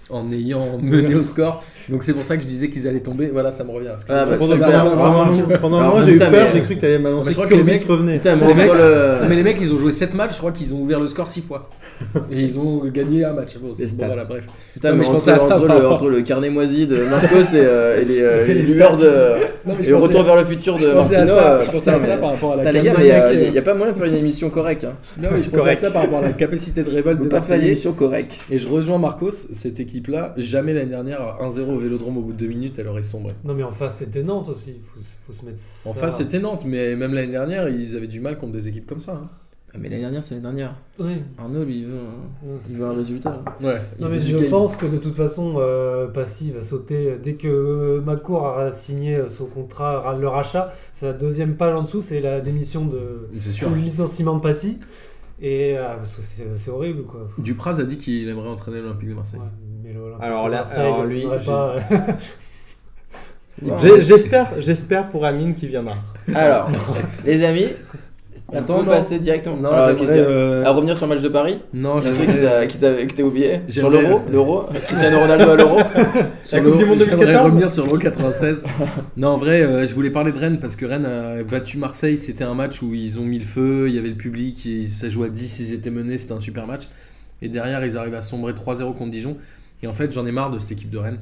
S2: en ayant mené au score. Donc, c'est pour ça que je disais qu'ils allaient tomber. Voilà, ça me revient.
S1: Ah, bah,
S2: Pendant-
S1: super,
S2: pendant-
S1: bravo.
S2: pendant-
S3: Pendant un
S1: Alors,
S3: moment,
S1: en
S3: j'ai eu
S1: même temps,
S3: peur,
S1: mais-
S3: j'ai cru que t'allais m'annoncer
S2: je crois
S3: que
S2: que les
S3: Comis
S2: mecs-
S3: revenait.
S1: Putain, mais entre
S2: Les mecs-
S1: le.
S2: Mais les mecs, ils ont joué 7 matchs. Je crois qu'ils ont ouvert le score 6 fois. Et ils ont gagné un match. Bon, c'est-
S3: Les
S2: bon,
S3: stats.
S2: voilà, bref.
S1: Putain,
S2: Non,
S1: mais
S2: mais je
S1: entre,
S2: pensais à ça,
S1: entre
S2: par
S1: le,
S2: rapport.
S1: entre le carnet moisi de Marcos et, euh, et les, euh,
S4: Et
S1: les
S4: les
S1: lueurs
S4: stats.
S1: de.
S2: Non, mais je
S1: Et le
S2: pensais-
S1: retour vers le futur de
S2: je pensais à
S1: Martino.
S2: ça,
S1: euh,
S2: je pensais à
S1: putain,
S2: ça
S1: mais-
S2: par rapport à
S1: Putain,
S2: la
S1: les gars,
S2: campagne
S1: mais euh, y a,
S2: qui-
S1: y a pas moyen de faire une émission correcte. Hein.
S2: Non, mais je pensais à
S3: Correct.
S2: ça par rapport à la capacité de révolte
S1: On
S2: de
S1: peut pas faire une
S2: Marseillais.
S1: émission correcte.
S2: Et je rejoins Marcos, cette équipe-là, jamais l'année dernière, à 1-0 au Vélodrome au bout de 2 minutes, elle aurait sombré.
S4: Non, mais en face, c'était Nantes aussi. Faut, faut se mettre.
S2: En
S4: ça-
S2: face, c'était Nantes, mais même l'année dernière, ils avaient du mal contre des équipes comme ça. hein.
S1: Ah, mais l'année dernière, c'est l'année dernière.
S4: Oui.
S1: Arnaud, lui, il veut un,
S4: Non, c'est-
S1: il veut un résultat. là.
S2: Ouais.
S4: Non, mais je pense que de toute façon, euh, Passy va sauter. Dès que euh, Macour a signé euh, son contrat, ra- le rachat, c'est la deuxième page en dessous, c'est la démission de.
S2: C'est sûr.
S4: ou le licenciement de Passy. Et euh, parce que c'est c'est horrible quoi.
S2: Dupraz a dit qu'il aimerait entraîner l'Olympique de Marseille.
S4: Ouais, mais l'Olympique
S3: Alors
S4: de
S3: là-
S4: Marseille,
S3: alors
S4: je
S3: lui,
S4: voudrais
S3: j'ai-
S4: pas- euh,
S1: Wow.
S3: J'ai- J'espère, j'espère pour Amine qui viendra.
S1: Alors, les amis, on
S2: Attends,
S1: peut
S2: non.
S1: passer directement.
S2: Non,
S1: Ah,
S2: j'aimerais,
S1: ok, c'est-
S2: euh,
S1: À revenir sur le match de Paris,
S2: non, euh,
S1: un truc
S2: j'aimerais-
S1: qui t'a- qui t'a qui t'a oublié. Sur
S2: J'aimerais-
S1: l'euro, l'euro, Cristiano Ronaldo à l'euro.
S2: sur
S3: La Coupe
S2: le-
S3: du Monde
S2: j'aimerais
S3: 2014.
S2: revenir sur l'Euro 96. non, en vrai, euh, je voulais parler de Rennes parce que Rennes a battu Marseille. C'était un match où ils ont mis le feu, il y avait le public, et ça jouait à 10, ils étaient menés, c'était un super match. Et derrière, ils arrivent à sombrer 3-0 contre Dijon. Et en fait, j'en ai marre de cette équipe de Rennes.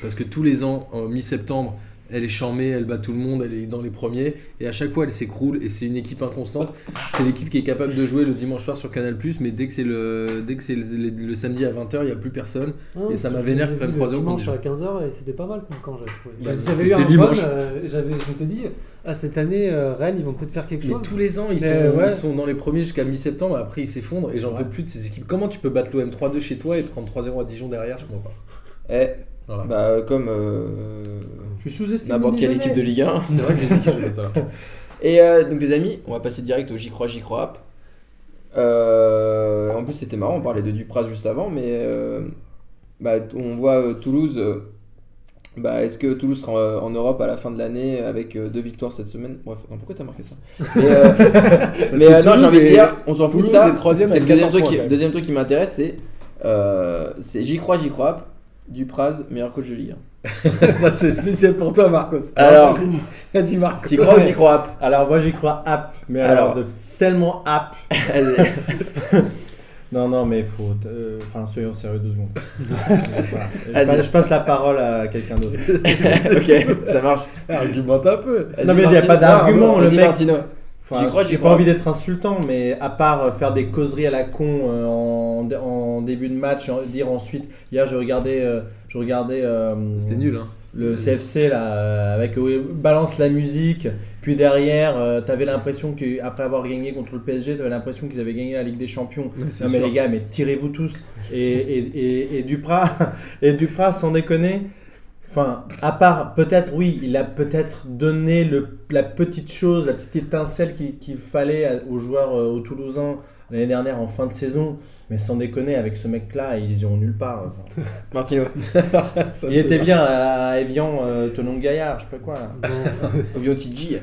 S2: Parce que tous les ans, en mi-septembre, elle est charmée, elle bat tout le monde, elle est dans les premiers. Et à chaque fois, elle s'écroule. Et c'est une équipe inconstante. C'est l'équipe qui est capable de jouer le dimanche soir sur Canal. Mais dès que c'est le, dès que c'est le- le- le samedi à 20h, il n'y a plus personne.
S4: Ah Non,
S2: Et ça
S4: je-
S2: m'a vénère
S4: je les ai
S2: quand même
S4: vus
S2: trois
S4: le
S2: euros qu'on
S4: dimanche à 15h et c'était pas mal comme quand j'avais trouvé.
S2: Bah,
S4: j'avais eu
S2: c'était
S4: un
S2: dimanche.
S4: bon, euh, j'avais, je m'étais dit, ah, cette année, euh, Rennes, ils vont peut-être faire quelque
S2: Mais
S4: chose.
S2: tous les ans, ils,
S4: Mais
S2: sont,
S4: ouais.
S2: ils sont dans les premiers jusqu'à mi-septembre, après ils s'effondrent et j'en peux plus de ces équipes. Comment tu peux battre l'OM 3-2 chez toi et prendre 3-0 à Dijon derrière Je comprends pas.
S1: Eh,
S2: Voilà.
S1: bah, euh, comme euh,
S3: Tu sous-estimes
S1: n'importe quelle équipe de Ligue 1.
S2: C'est vrai que j'ai dit que je voulais pas.
S1: Et euh, donc, les amis, on va passer direct au J'y crois, J'y crois app. Euh, en plus, c'était marrant, on parlait de Dupraz juste avant, mais euh, bah, t- on voit euh, Toulouse. euh, bah, Est-ce que Toulouse sera en, en Europe à la fin de l'année avec euh, deux victoires cette semaine Bref, non, pourquoi t'as marqué ça Mais, euh, mais euh, non, j'ai envie de dire, on s'en fout de
S2: Toulouse
S1: ça.
S2: est troisième
S1: C'est
S2: avec
S1: le deuxième
S2: 14
S1: truc,
S2: points,
S1: qui,
S2: quand même.
S1: deuxième truc qui m'intéresse, c'est euh, c'est J'y crois, J'y crois app. Dupraz, meilleur coach de Ligue 1.
S2: ça c'est spécial pour toi, Marcos.
S1: Alors,
S2: vas-y, Marcos.
S1: t'y crois ou t'y crois app
S3: Alors moi j'y crois app, mais
S1: Alors.
S3: alors, de tellement app.
S1: Allez.
S3: Non non mais faut, euh, enfin soyons sérieux deux secondes. Voilà. Je,
S1: Vas-y.
S3: passe, je passe la parole à quelqu'un d'autre.
S1: ok, ça marche.
S2: Argumente un peu.
S4: Mmh.
S1: Vas-y,
S3: Non, mais
S1: Martino.
S3: j'avais pas d'argument,
S1: Vas-y,
S3: le mec.
S1: Martino.
S3: Enfin,
S1: J'y crois, j'y
S3: j'ai
S1: crois.
S3: pas envie d'être insultant, mais à part euh, faire des causeries à la con euh, en, en début de match, en- dire ensuite, hier je regardais, euh, je regardais euh,
S2: C'était nul, hein.
S3: le CFC là, euh, avec euh, balance la musique, puis derrière, euh, t'avais l'impression qu'après avoir gagné contre le PSG, t'avais l'impression qu'ils avaient gagné la Ligue des Champions. Non mais les gars, mais tirez-vous tous. Et, et, et, et Duprat, et Duprat, sans déconner, enfin, à part, peut-être, oui, il a peut-être donné le, la petite chose, la petite étincelle qu'il qu'il fallait à- aux joueurs, euh, aux Toulousains, l'année dernière en fin de saison. Mais sans déconner, avec ce mec-là, ils iront nulle part. Enfin,
S1: Martino,
S2: Ça me
S3: il
S2: fait
S3: était
S2: marrer.
S3: bien à Evian, euh, Tonon Gaillard, je sais pas quoi. là.
S4: euh,
S1: Viotigi.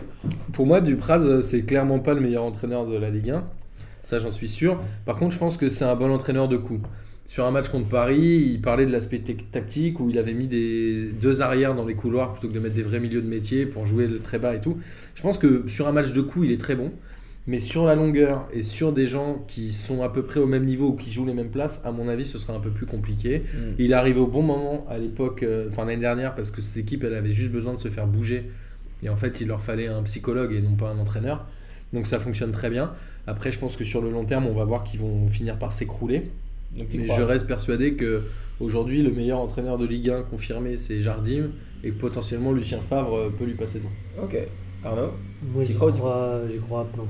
S2: Pour moi, Dupraz, euh, c'est clairement pas le meilleur entraîneur de la Ligue 1. Ça, j'en suis sûr. Par contre, je pense que c'est un bon entraîneur de coup. Sur un match contre Paris, il parlait de l'aspect tec- tactique où il avait mis des deux arrières dans les couloirs plutôt que de mettre des vrais milieux de métier pour jouer le très bas et tout. Je pense que sur un match de coup, il est très bon. Mais sur la longueur et sur des gens qui sont à peu près au même niveau ou qui jouent les mêmes places, à mon avis, ce sera un peu plus compliqué. Il arrive au bon moment à l'époque, euh, enfin l'année dernière, parce que cette équipe, elle avait juste besoin de se faire bouger. Et en fait, il leur fallait un psychologue et non pas un entraîneur. Donc ça fonctionne très bien. Après, je pense que sur le long terme, on va voir qu'ils vont finir par s'écrouler.
S1: Donc, t'y
S2: Mais
S1: crois.
S2: je reste persuadé que aujourd'hui, le meilleur entraîneur de Ligue 1 confirmé, c'est Jardim. Et que potentiellement, Lucien Favre euh, peut lui passer devant.
S1: Ok, Arnaud.
S4: Moi,
S1: T'y
S4: j'y
S1: crois ou
S4: crois,
S1: t'y
S4: j'y crois pas non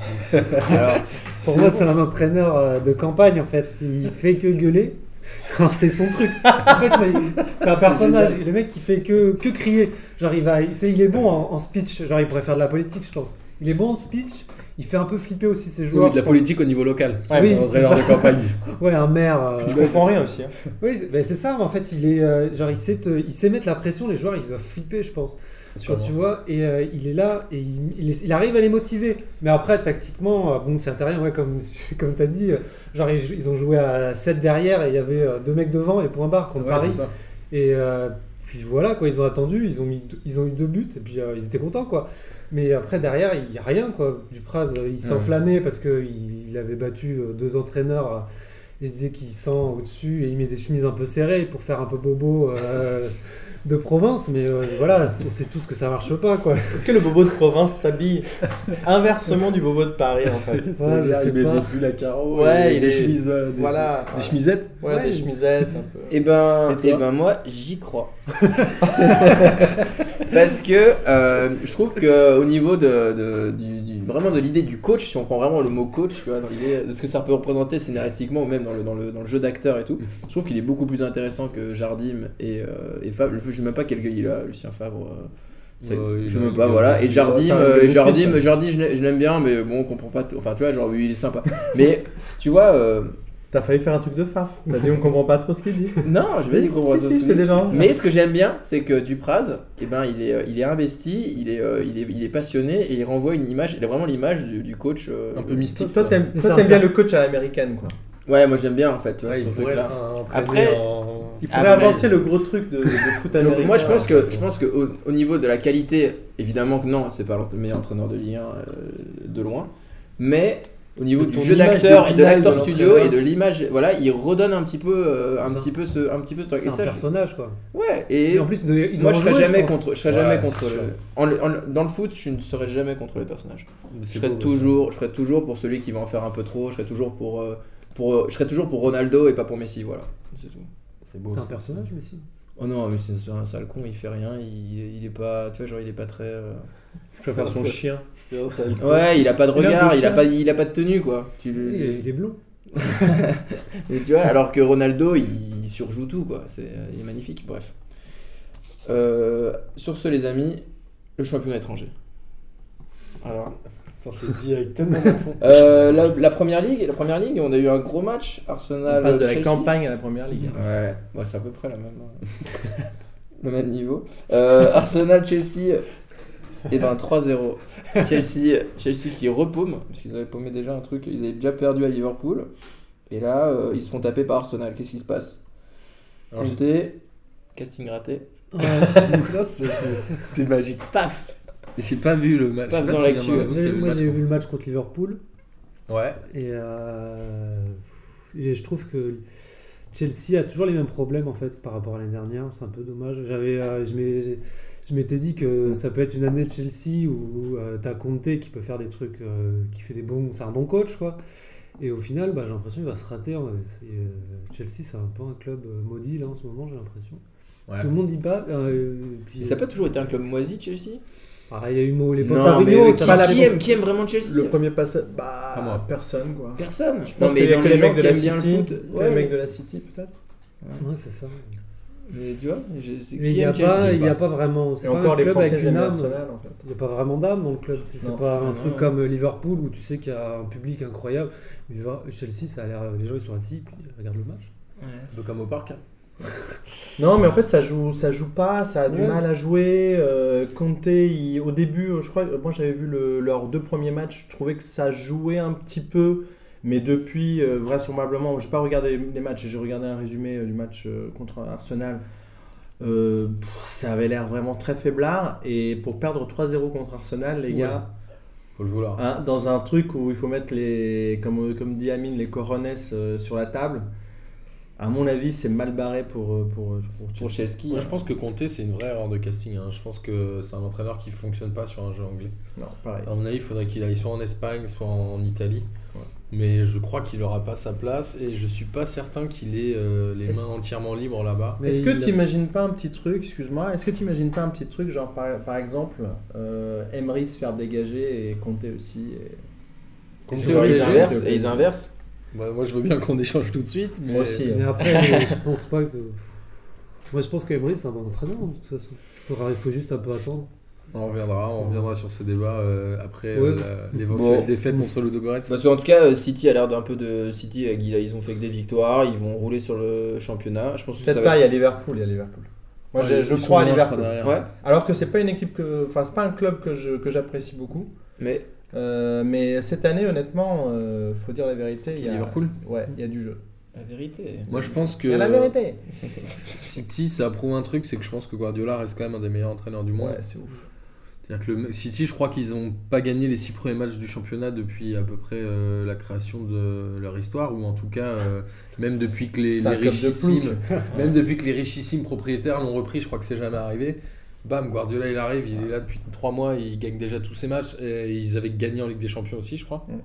S4: plus.
S1: Alors,
S4: Pour moi, c'est un entraîneur euh, de campagne en fait. Il fait que gueuler. Alors, c'est son truc. En fait, c'est- c'est un personnage. Le mec, il fait que, que crier. Genre, il, va, il, c'est- il est bon en, en speech. Genre, il pourrait faire de la politique, je pense. Il est bon en speech. Il fait un peu flipper aussi ses
S2: Oui, mais
S4: joueurs.
S2: de
S4: je
S2: la
S4: pense.
S2: politique au niveau local.
S3: Ouais,
S2: c'est
S4: oui,
S2: un
S4: c'est
S2: entraîneur
S4: ça.
S2: de campagne.
S4: Ouais, un maire. euh,
S3: Je comprends rien aussi. hein.
S4: Oui, c'est- ben, c'est ça. mais En fait, il est euh, genre, il sait, te- il sait mettre la pression. Les joueurs, ils doivent flipper, je pense. Quand
S2: Sûrement.
S4: tu vois, et euh, il est là, et il, il est- il arrive à les motiver. Mais après, tactiquement, euh, bon, c'est intéressant, ouais, comme, comme tu as dit, euh, genre ils, jou- ils ont joué à 7 derrière, et il y avait euh, deux mecs devant, et point barre contre
S2: Ouais,
S4: Paris.
S2: c'est ça.
S4: Et euh, puis voilà, quoi, ils ont attendu, ils ont, mis, ils ont eu deux buts, et puis euh, ils étaient contents, quoi. Mais après, derrière, il n'y a rien, quoi. Dupraz, euh, il s'enflammait parce qu'il avait battu euh, deux entraîneurs. euh, Il disait qu'il sent au-dessus et il met des chemises un peu serrées pour faire un peu bobo euh, de province, mais euh, voilà, on sait tous que ça marche pas, quoi.
S3: Est-ce que le bobo de province s'habille inversement du bobo de Paris en fait
S4: Ouais, je
S2: C'est-à-dire,
S4: sais
S2: il met
S4: pas.
S2: des pulls à carreaux,
S3: Ouais,
S2: et
S3: il
S2: des,
S3: est-
S2: chemises, euh, des,
S3: Voilà.
S2: des chemisettes.
S3: Ouais,
S4: Ouais,
S3: des
S4: il-
S3: chemisettes un peu.
S1: Eh ben,
S3: Et toi
S1: eh ben moi, j'y crois. Parce que euh, je trouve que au niveau de, de- du, du- vraiment de l'idée du coach, si on prend vraiment le mot coach, tu vois, dans l'idée de ce que ça peut représenter scénaristiquement ou même dans le, dans le, dans le jeu d'acteur et tout, je trouve qu'il est beaucoup plus intéressant que Jardim et, euh, et Favre. Je sais même pas quel gars il a, Lucien Favre. euh, c'est-
S2: Ouais, il
S1: je sais
S2: a-
S1: même
S2: il
S1: pas,
S2: a-
S1: voilà. Et
S2: c'est un
S1: Jardim,
S2: gars
S1: euh,
S2: de
S1: et Jardim,
S2: Suisse, hein.
S1: Jardim, je l'ai- je l'aime bien, mais bon, on comprend pas. tout. Enfin, tu vois, genre, oui, il est sympa. Mais tu vois, euh,
S3: T'as failli faire un truc de farf. T'as dit on comprend pas trop ce qu'il dit.
S1: non, je vais
S3: Si,
S1: dire qu'on voit
S3: si,
S1: tout
S3: si,
S1: ce
S3: c'est
S1: que-
S3: déjà.
S1: mais ce que j'aime bien, c'est que Dupraz, eh ben, il, est, euh, il est investi, il est, euh, il, est, il est passionné et il renvoie une image, il a vraiment l'image du, du coach. euh,
S2: Un peu
S3: Toi,
S2: mystique.
S3: toi,
S2: quoi.
S3: t'aimes toi,
S4: Mais c'est
S3: t'aimes
S4: un
S3: bien
S4: père.
S3: le coach à l'américaine quoi.
S1: Ouais, moi j'aime bien en fait. tu vois,
S2: Ouais,
S1: ce
S2: il
S1: truc-là.
S2: pourrait être un- entraîner
S1: Après-
S2: en-
S3: Il pourrait
S1: Après-
S3: inventer le gros truc de, de foot américain.
S1: Ah, Donc moi je pense que je pense que au, au niveau de la qualité, évidemment que non, c'est pas l'ent- le meilleur entraîneur de Ligue 1 euh, de loin, mais au niveau
S2: De
S1: du
S2: ton
S1: jeu
S2: image
S1: d'acteur et de
S2: d'épinal de
S1: l'acteur studio et
S2: l'entraîneur.
S1: de l'image, voilà, il redonne un petit peu euh, un
S4: C'est
S1: petit peu ce un petit peu ce truc.
S4: C'est
S1: Et
S4: un
S1: ça, je-
S4: personnage, quoi.
S1: ouais, et
S4: Et en plus, il doit- il
S1: moi
S4: doit
S1: je
S4: en
S1: serais
S4: jouer,
S1: jamais
S4: pense.
S1: contre je serais
S2: Ouais,
S1: jamais
S2: c'est
S1: contre
S2: sûr.
S1: le- en le- en le- dans le foot, je ne serais jamais contre les personnages. Je
S2: C'est
S1: serais,
S2: beau,
S1: toujours, je serais toujours pour celui qui va en faire un peu trop, je serais toujours pour, euh, pour, euh, je serais toujours pour Ronaldo et pas pour Messi, voilà. C'est tout.
S2: C'est beau.
S4: C'est un personnage, mais si.
S1: Oh non, mais c'est c'est un sale con, il fait rien, il, il est pas, tu vois, genre il est pas très... euh,
S3: Je préfère son chien.
S2: C'est un sale con.
S1: Ouais, il a pas de
S3: Il a
S1: regard,
S3: beau
S1: il a
S3: chien.
S1: pas, il a pas de tenue, quoi. Tu,
S4: Il
S1: le-
S4: est, il est blond.
S1: Et tu vois, alors que Ronaldo, il, il surjoue tout, quoi. C'est, il est magnifique, bref. Euh, sur ce, les amis, le championnat étranger. Alors,
S2: Putain, C'est directement au fond.
S1: euh, la, la première ligue, la première ligue, on a eu un gros match, Arsenal.
S3: On passe de la
S1: Chelsea.
S3: campagne à la première ligue.
S1: Ouais, bah, c'est à peu près la même, euh, le même niveau. Euh, Arsenal, Chelsea, et ben 3-0. Chelsea, Chelsea qui repaume, parce qu'ils avaient paumé déjà un truc, ils avaient déjà perdu à Liverpool. Et là, euh, ils se font taper par Arsenal. Qu'est-ce qui se passe
S2: Alors, j'ai-
S1: J'étais casting raté.
S2: Non, c'est- T'es magique.
S1: Paf
S2: J'ai pas vu le match.
S1: Pas
S2: Je sais
S1: dans
S2: s'il y en
S1: l'actu.
S2: a un
S1: Vous
S2: qui a
S4: J'ai-
S2: vu
S4: Moi, j'ai vu le
S2: contre-
S4: match contre Liverpool.
S2: Ouais.
S4: Et, euh, et je trouve que Chelsea a toujours les mêmes problèmes en fait par rapport à l'année dernière. C'est un peu dommage. J'avais, euh, je m'ai- je m'étais dit que ça peut être une année de Chelsea où tu t'as Conte qui peut faire des trucs, euh, qui fait des bons, c'est un bon coach quoi. Et au final, bah, j'ai l'impression qu'il va se rater. hein. C'est, euh, Chelsea, c'est un peu un club euh, maudit là en ce moment, j'ai l'impression.
S2: Ouais.
S4: Tout le monde dit pas. euh, puis,
S1: Et ça n'a pas toujours été un club moisi, Chelsea
S4: pareil, il y a eu Mo, les
S1: Non,
S4: Paparino,
S1: mais euh,
S4: ça
S1: qui,
S4: va la-
S1: qui aime, qui aime vraiment Chelsea Ah,
S3: Le premier passage, bah,
S2: Pas moi.
S3: personne quoi.
S1: Personne. Je
S3: pense qu'il y a
S1: dans
S3: que les
S1: gens
S3: mecs de
S1: qui
S3: la
S1: aiment bien le
S3: City,
S1: foot.
S3: Les
S1: Ouais.
S3: mecs de la City peut-être.
S4: Ouais, c'est ça.
S1: Mais tu vois, j'ai- c'est-
S4: Mais il
S1: qui
S4: n'y a,
S1: aime Chelsea,
S4: pas-
S1: c'est
S4: il y a pas vraiment.
S3: Et
S4: C'est pas
S3: encore
S4: un
S3: les
S4: club
S3: Français
S4: avec une
S3: aiment
S4: âme.
S3: l'Arsenal en fait.
S4: Il n'y a pas vraiment d'âme dans le club. C'est-
S3: Non.
S4: C'est pas un
S2: Non,
S4: truc
S2: non.
S4: comme euh, Liverpool où tu sais qu'il y a un public incroyable. Mais va- Chelsea, ça a l'air. Les gens ils sont assis puis ils regardent le match.
S2: Un peu comme au parc. hein.
S3: Non, mais en fait, ça joue, ça joue pas, ça a du
S4: Ouais.
S3: mal à jouer. euh, Conte, il- au début, euh, je crois, euh, moi j'avais vu le- leurs deux premiers matchs, je trouvais que ça jouait un petit peu, mais depuis, euh, vraisemblablement, j'ai pas regardé les matchs, j'ai regardé un résumé euh, du match euh, contre Arsenal. Euh, pff, ça avait l'air vraiment très faiblard, et pour perdre 3-0 contre Arsenal, les
S2: Ouais.
S3: gars,
S2: Faut le vouloir.
S3: hein, dans un truc où il faut mettre les, comme, euh, comme dit Amine, les coronets euh, sur la table. À mon avis, c'est mal barré pour, euh, pour, euh, pour Chelsea.
S1: Pour Chelsea,
S2: Moi, je pense que Conte, c'est une vraie erreur de casting. hein. Je pense que c'est un entraîneur qui fonctionne pas sur un jeu anglais.
S3: Non, pareil.
S2: À mon avis, il faudrait qu'il aille soit en Espagne, soit en Italie.
S3: Ouais.
S2: Mais je crois qu'il aura pas sa place et je suis pas certain qu'il ait euh, les
S3: Est-ce-
S2: mains entièrement libres là-bas.
S4: Mais
S3: Est-ce que
S4: il-
S3: tu imagines pas un petit truc, excuse-moi, est-ce que tu imagines pas un petit truc, genre par, par exemple, euh, Emery se faire dégager et compter aussi et-
S2: Conte
S1: Ils
S3: Ils
S2: au
S3: PSG,
S1: inversent
S3: t'es
S1: et ils
S3: obligé.
S1: inversent.
S2: Bah, moi, je veux bien qu'on échange tout de suite. Mais...
S3: Moi aussi. hein.
S4: Mais après, je pense pas que. Moi, je pense qu'Emery, c'est un bon entraîneur, de toute façon. Il faudra- il faut juste un peu attendre.
S2: On reviendra, on reviendra sur ce débat euh, après
S4: Ouais.
S2: euh, la- l'éventuelle
S1: Bon.
S2: défaite contre Ludogorets.
S1: Parce que, en tout cas, euh, City a l'air d'un peu de. City, euh, ils ils ont fait que des victoires, ils vont rouler sur le championnat. Je pense que ça
S3: Peut-être
S1: va
S3: pas,
S1: être-
S3: il y a Liverpool, il y a Liverpool. Moi,
S2: Ouais,
S3: je,
S2: ils
S3: je
S2: sont
S3: crois à
S2: loin, je crois,
S3: Liverpool.
S2: derrière.
S1: Ouais,
S3: Alors que c'est pas une équipe que, enfin, c'est pas un club que je- que j'apprécie beaucoup.
S1: mais
S3: Euh, mais cette année, honnêtement, euh, faut dire la vérité, il y a
S2: Liverpool
S3: Ouais, il y a du jeu. Euh,
S1: la vérité.
S2: Moi, je pense que
S3: Il y a la vérité.
S2: City, ça prouve un truc, c'est que je pense que Guardiola reste quand même un des meilleurs entraîneurs du monde.
S3: Ouais, c'est ouf.
S2: C'est-à-dire que le City, je crois qu'ils n'ont pas gagné les six premiers matchs du championnat depuis à peu près euh, la création de leur histoire, ou en tout cas, euh, même depuis que les,
S3: C'est un
S2: les
S3: club de
S2: richissimes,
S3: plouc.
S2: même depuis que les richissimes propriétaires l'ont repris, je crois que c'est jamais arrivé. Bam, Guardiola, il arrive, il est là depuis trois mois, il gagne déjà tous ses matchs. Et ils avaient gagné en Ligue des Champions aussi, je crois.
S3: Mhm.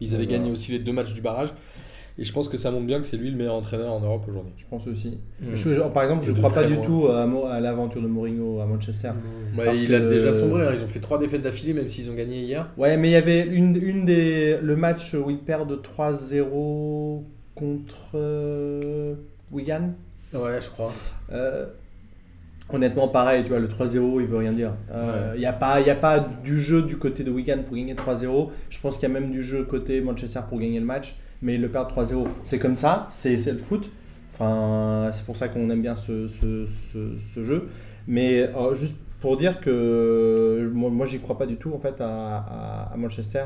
S2: Ils avaient
S3: Voilà.
S2: gagné aussi les deux matchs du barrage. Et je pense que ça montre bien que c'est lui le meilleur entraîneur en Europe aujourd'hui.
S3: Je pense aussi.
S1: Mm.
S3: Je- je- par exemple, je
S2: Et de
S3: crois pas
S2: très
S3: du
S2: loin.
S3: tout à, Mo- à l'aventure de Mourinho à Manchester.
S2: Ouais,
S3: Parce
S2: il
S3: que-
S2: a déjà sombré, hein. ils ont fait trois défaites d'affilée, même s'ils ont gagné hier.
S3: Ouais, mais il y avait une, une des, le match où ils perdent 3-0 contre euh, Wigan.
S2: Ouais, je crois.
S3: Euh, honnêtement, pareil, tu vois, le 3-0, il veut rien dire. Euh, Il n'y a, pas- il y a pas du jeu du côté de Wigan pour gagner 3-0. Je pense qu'il y a même du jeu côté Manchester pour gagner le match, mais ils le perdent 3-0. C'est comme ça, c'est c'est le foot. Enfin, c'est pour ça qu'on aime bien ce, ce- ce- ce jeu. Mais euh, juste pour dire que moi, moi, j'y crois pas du tout en fait à, à- à Manchester.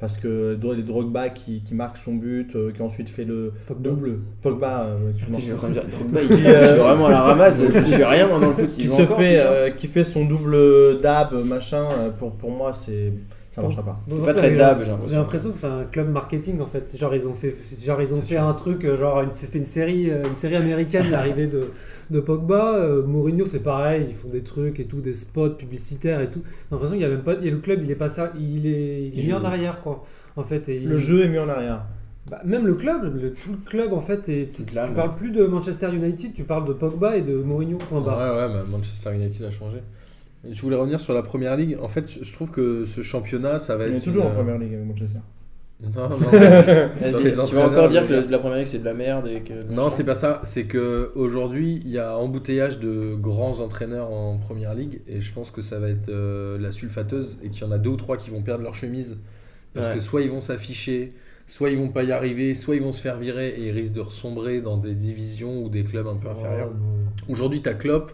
S3: Parce que les Drogba qui, qui marque son but, euh, qui ensuite fait le
S4: Pogba.
S3: double. Pogba, euh, excuse-moi.
S1: Putain, j'ai vraiment dire trop de bail. Je
S3: Qui, euh,
S1: suis vraiment à la ramasse, je suis rien moi, dans le foot. ils
S3: qui
S1: vont
S3: se
S1: encore.
S3: fait euh, qui fait son double dab machin euh, pour pour moi c'est ça marchera pas
S4: Bon,
S1: C'est
S4: ça,
S1: pas très
S4: mais-
S1: dab, j'ai
S4: J'ai
S1: l'impression.
S4: l'impression que c'est un club marketing en fait. Genre ils ont fait, genre ils ont fait un truc, euh, genre une- c'était une série, euh, une série américaine, l'arrivée de, de Pogba. Euh, Mourinho c'est pareil, ils font des trucs et tout, des spots publicitaires et tout. J'ai l'impression qu'il y a même pas, et le club il est pas ça, il est, il est
S1: Il
S4: mis
S1: joue.
S4: en arrière quoi. En fait, et il-
S3: le jeu est mis en arrière
S4: Bah, même le club, le, tout le club en fait, et tu,
S1: Toute
S4: tu
S1: l'âme.
S4: parles plus de Manchester United, tu parles de Pogba et de Mourinho. Point barre.
S2: Ouais, ouais, bah, Manchester United a changé. Et Je voulais revenir sur la première ligue. En fait, je je trouve que ce championnat, ça va
S3: on
S2: être.
S3: est toujours
S2: une,
S3: en
S2: euh,
S3: première ligue avec Manchester
S2: Non, non. Sur
S1: Vas-y,
S2: les
S1: Tu vas
S2: entraîneurs,
S1: encore dire
S2: les
S1: que
S2: gars.
S1: la première ligue c'est de la merde et que.
S2: non, c'est pas ça. C'est que aujourd'hui, il y a embouteillage de grands entraîneurs en première ligue, et je pense que ça va être euh, la sulfateuse, et qu'il y en a deux ou trois qui vont perdre leur chemise parce
S1: Ouais.
S2: que soit ils vont s'afficher, soit ils vont pas y arriver, soit ils vont se faire virer et ils risquent de ressombrer dans des divisions ou des clubs un peu
S4: Oh,
S2: inférieurs. Aujourd'hui, tu as Klopp,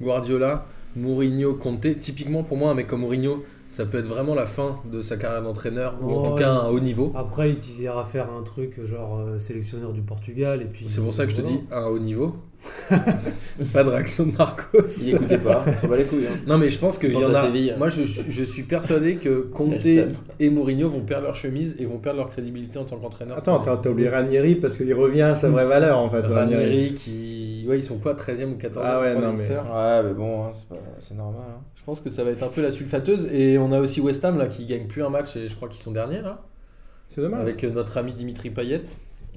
S2: Guardiola, Mourinho, Conte. Typiquement, pour moi, un mec comme Mourinho, ça peut être vraiment la fin de sa carrière d'entraîneur, ou en
S4: Oh,
S2: tout cas
S4: oui.
S2: un haut niveau.
S4: Après, il ira faire un truc genre euh, sélectionneur du Portugal et puis.
S2: C'est pour ça que je te
S4: Voilà.
S2: dis un haut niveau. pas de réaction de Marcos.
S1: Il écoutait pas, on s'en bat les couilles. hein.
S2: Non, mais je pense qu'il
S1: Je
S2: y
S1: pense
S2: en
S1: à
S2: a.
S1: Séville.
S2: Moi, je, je suis persuadé que
S1: Elle
S2: Conte
S1: s'aime.
S2: et Mourinho vont perdre leur chemise et vont perdre leur crédibilité en tant qu'entraîneur.
S3: attends t'as t'as oublié Ranieri parce qu'il revient à sa vraie valeur en fait
S2: Ranieri qui. Ouais, ils sont quoi 13e ou 14e
S3: Ah ouais,
S2: je crois,
S3: non, mais-
S2: Leicester.
S1: Ouais, mais bon, hein, c'est pas- c'est normal. hein.
S2: Je pense que ça va être un peu la sulfateuse. Et on a aussi West Ham là qui gagne plus un match et je crois qu'ils sont derniers là.
S3: c'est dommage
S2: avec euh, notre ami Dimitri Payet.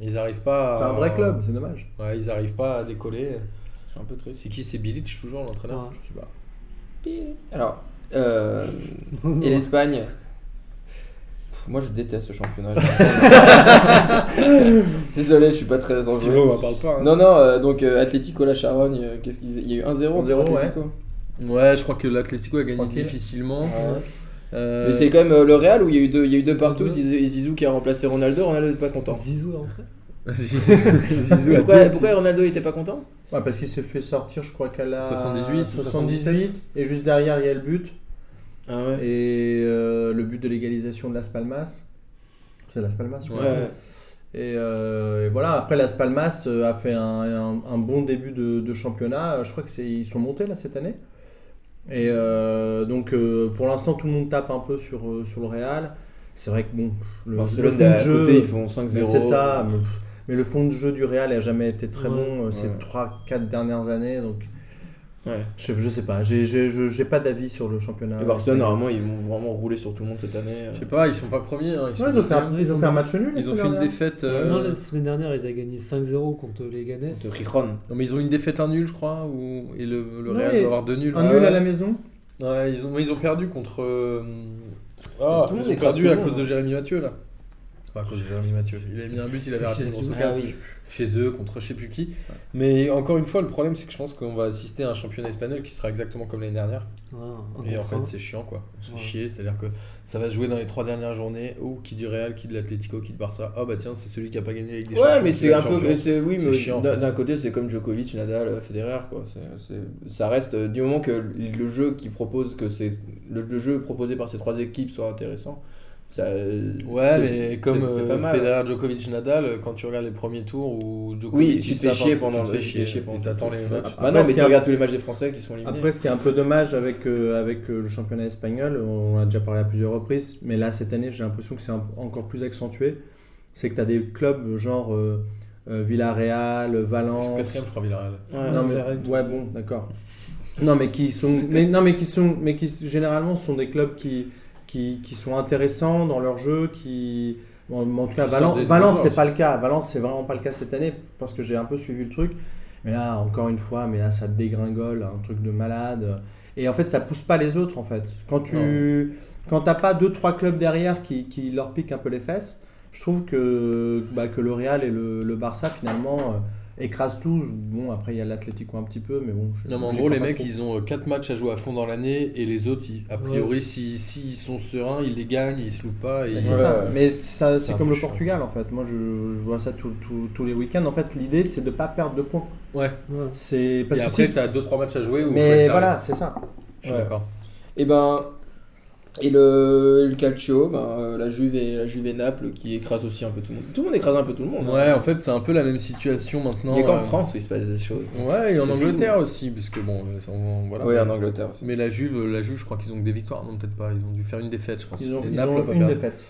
S2: Ils n'arrivent pas. à-
S3: c'est un vrai club c'est dommage
S2: Ouais, ils n'arrivent pas à décoller.
S1: C'est un peu triste.
S2: C'est qui C'est Bilic toujours l'entraîneur
S4: Ouais.
S2: Je sais pas.
S1: Alors, euh, et l'Espagne Moi, je déteste ce championnat. Désolé, je suis pas très enjoué.
S2: Stylo, on en parle pas. hein.
S1: Non, non, euh, donc euh, Atlético La Charogne, euh, qu'est-ce qu'ils... il y a eu 1-0 contre
S3: 1-0, ouais.
S1: Atlético.
S2: Ouais, je crois que l'Atlético a gagné
S3: Tranquille.
S2: difficilement.
S1: Mais
S2: Euh,
S1: c'est quand même euh, le Real où il y a eu deux, il y a eu deux partout,
S4: Deux.
S1: Zizou, Zizou qui a remplacé Ronaldo, Ronaldo n'était pas content.
S4: Zizou est rentré
S2: Zizou a
S1: Pourquoi,
S2: deux-
S1: pourquoi Ronaldo n'était pas content
S3: Ouais, parce qu'il s'est fait sortir, je crois qu'à la
S2: 78, ou
S3: 78, et juste derrière il y a le but
S1: Ah ouais.
S3: et euh, le but de l'égalisation de Las Palmas. C'est Las Palmas, je
S1: Ouais,
S3: crois.
S1: ouais.
S3: Et, euh, et voilà. Après Las Palmas euh, a fait un, un- un bon début de, de championnat. Euh, Je crois que c'est ils sont montés là cette année. Et euh, donc euh, pour l'instant tout le monde tape un peu sur euh, sur le Real. C'est vrai que bon le, le
S1: Barcelone,
S3: fond de
S1: à
S3: jeu-
S1: côté, ils font
S3: mais
S1: 5-0.
S3: C'est ça. Mais, pff, mais le fond de jeu du Real a jamais été très
S4: Ouais.
S3: bon euh, ces
S1: Ouais.
S3: 3-4 dernières années. Donc,
S1: Ouais.
S3: je, je sais pas. J'ai- j'ai- Je j'ai pas d'avis sur le championnat.
S1: Et Barcelone, normalement, ils vont vraiment rouler sur tout le monde cette année.
S2: Je sais pas, ils sont pas premiers. hein, ils, sont
S3: Ouais, ils ont fait
S2: deuxièmes.
S3: un, ils ont fait un match nul. la
S2: Ils ont
S3: semaine
S2: fait une
S3: dernière.
S2: défaite.
S4: Non,
S2: euh,
S4: la semaine dernière, ils ont gagné 5-0 contre les Ganes.
S1: Contre Rijon.
S2: Non mais ils ont une défaite un nul je crois ou et le, le
S3: Non,
S2: Real
S3: et-
S2: doit avoir deux nuls.
S3: Un
S1: Ah
S3: nul
S1: ouais.
S3: à la maison.
S2: Ouais, ils ont mais ils ont perdu contre. euh, Ah,
S1: Tout le monde
S2: ils ont
S1: écrase
S2: perdu
S1: tout
S2: à
S1: le monde,
S2: cause de
S1: hein.
S2: Jérémy Mathieu là. Pas à cause de Jérémy Mathieu. Ah Il avait mis un but, il avait raté une grosse occasion. chez eux contre je sais plus qui. Mais encore une fois, le problème c'est que je pense qu'on va assister à un championnat espagnol qui sera exactement comme l'année dernière. Et en fait, c'est chiant quoi. On se fait
S4: Ouais.
S2: chier, c'est-à-dire que ça va se jouer dans les trois dernières journées. Ou qui du Real, qui de l'Atlético, qui de Barça. Ah bah tiens, c'est celui qui a pas gagné avec des
S1: Ouais, mais c'est un peu. c'est- Oui,
S2: C'est
S1: mais
S2: chiant, en
S1: d'un
S2: fait.
S1: d'un côté, c'est comme Djokovic, Nadal, Federer. Quoi. C'est- c'est- ça reste. euh, Du moment que le jeu, qui propose que c'est le, le jeu proposé par ces trois équipes soit intéressant, ça. euh,
S2: Ouais,
S1: c'est-
S2: mais comme
S1: c'est- c'est
S2: euh,
S1: pas mal.
S2: Federer, Djokovic, Nadal, euh, quand tu regardes les premiers tours où Djokovic
S1: Oui, tu
S2: il
S1: te fais
S2: tape un-
S1: chier pendant
S2: tu
S1: le
S2: te fais chier,
S1: tu te fais
S2: et
S1: pendant-
S2: t'attends les matchs.
S1: Bah
S3: Après,
S1: non, mais
S3: ce qui
S1: tu
S3: est-
S1: regardes tous les matchs des Français qui sont éliminés.
S3: Après, ce qui est un peu dommage avec, euh, avec euh, le championnat espagnol, on en a déjà parlé à plusieurs reprises, mais là, cette année, j'ai l'impression que c'est un- encore plus accentué. C'est que tu as des clubs genre euh, euh, Villarreal,
S2: Je suis
S3: Valence.
S2: quatrième, je crois, Villarreal.
S1: Ouais,
S3: non, mais,
S1: Villarreal, tout.
S3: ouais, bon, d'accord. Non, mais qui sont, mais, non, mais qui sont, mais qui généralement sont des clubs qui, qui, qui sont intéressants dans leur jeu, qui, bon, en tout cas,
S2: Qui
S3: Valence,
S2: sortent des-
S3: Valence,
S2: des
S3: c'est pas le cas. Valence, c'est vraiment pas le cas cette année parce que j'ai un peu suivi le truc. Mais là, encore une fois, mais là, ça dégringole, un truc de malade. Et en fait, ça pousse pas les autres, en fait. Quand tu, quand t'as pas deux trois clubs derrière qui, qui leur piquent un peu les fesses, je trouve que, bah, que le Real et le, le Barça finalement. euh, écrase tout. Bon, après, il y a l'Atlético un petit peu, mais bon. je-
S2: Non, mais en
S3: j'y
S2: gros,
S3: crois
S2: les
S3: pas
S2: mecs,
S3: trop.
S2: ils ont 4 matchs à jouer à fond dans l'année et les autres, ils- a priori, si- s'ils sont sereins, ils les gagnent, ils se loupent pas. Et
S3: Mais
S2: ils-
S3: c'est
S1: Ouais.
S3: ça. Mais ça,
S2: C'est
S3: c'est
S2: un
S3: comme
S2: peu
S3: le
S2: chiant.
S3: Portugal, en fait. Moi, je, je vois ça tous- tous- tous les week-ends. En fait, l'idée, c'est de pas perdre de points.
S2: Ouais.
S3: C'est parce
S2: et
S3: que
S2: après,
S3: si-
S2: t'as 2-3 matchs à jouer. Où faut être
S3: Mais
S2: sérieux.
S3: voilà, c'est ça.
S2: Je suis
S1: Ouais.
S2: d'accord.
S1: Et ben. Et le, le Calcio, ben, euh, la Juve et la Juve et Naples qui écrase aussi un peu tout le monde. Tout le monde écrase un peu tout le monde. hein.
S2: Ouais, en fait, c'est un peu la même situation maintenant.
S1: Il n'y a qu'en
S2: euh,
S1: France où il se passe des choses.
S2: Ouais, et en
S1: C'est
S2: Angleterre aussi, parce que bon, euh, ça, on- voilà.
S1: Oui, en Angleterre aussi.
S2: Mais la Juve, euh, la Juve, je crois qu'ils ont que des victoires. Non, peut-être pas. Ils ont dû faire une défaite, je pense.
S3: Ils ont,
S2: Et
S3: ils
S2: Naples
S3: ont
S2: a pas
S3: une
S2: perdu.
S3: défaite.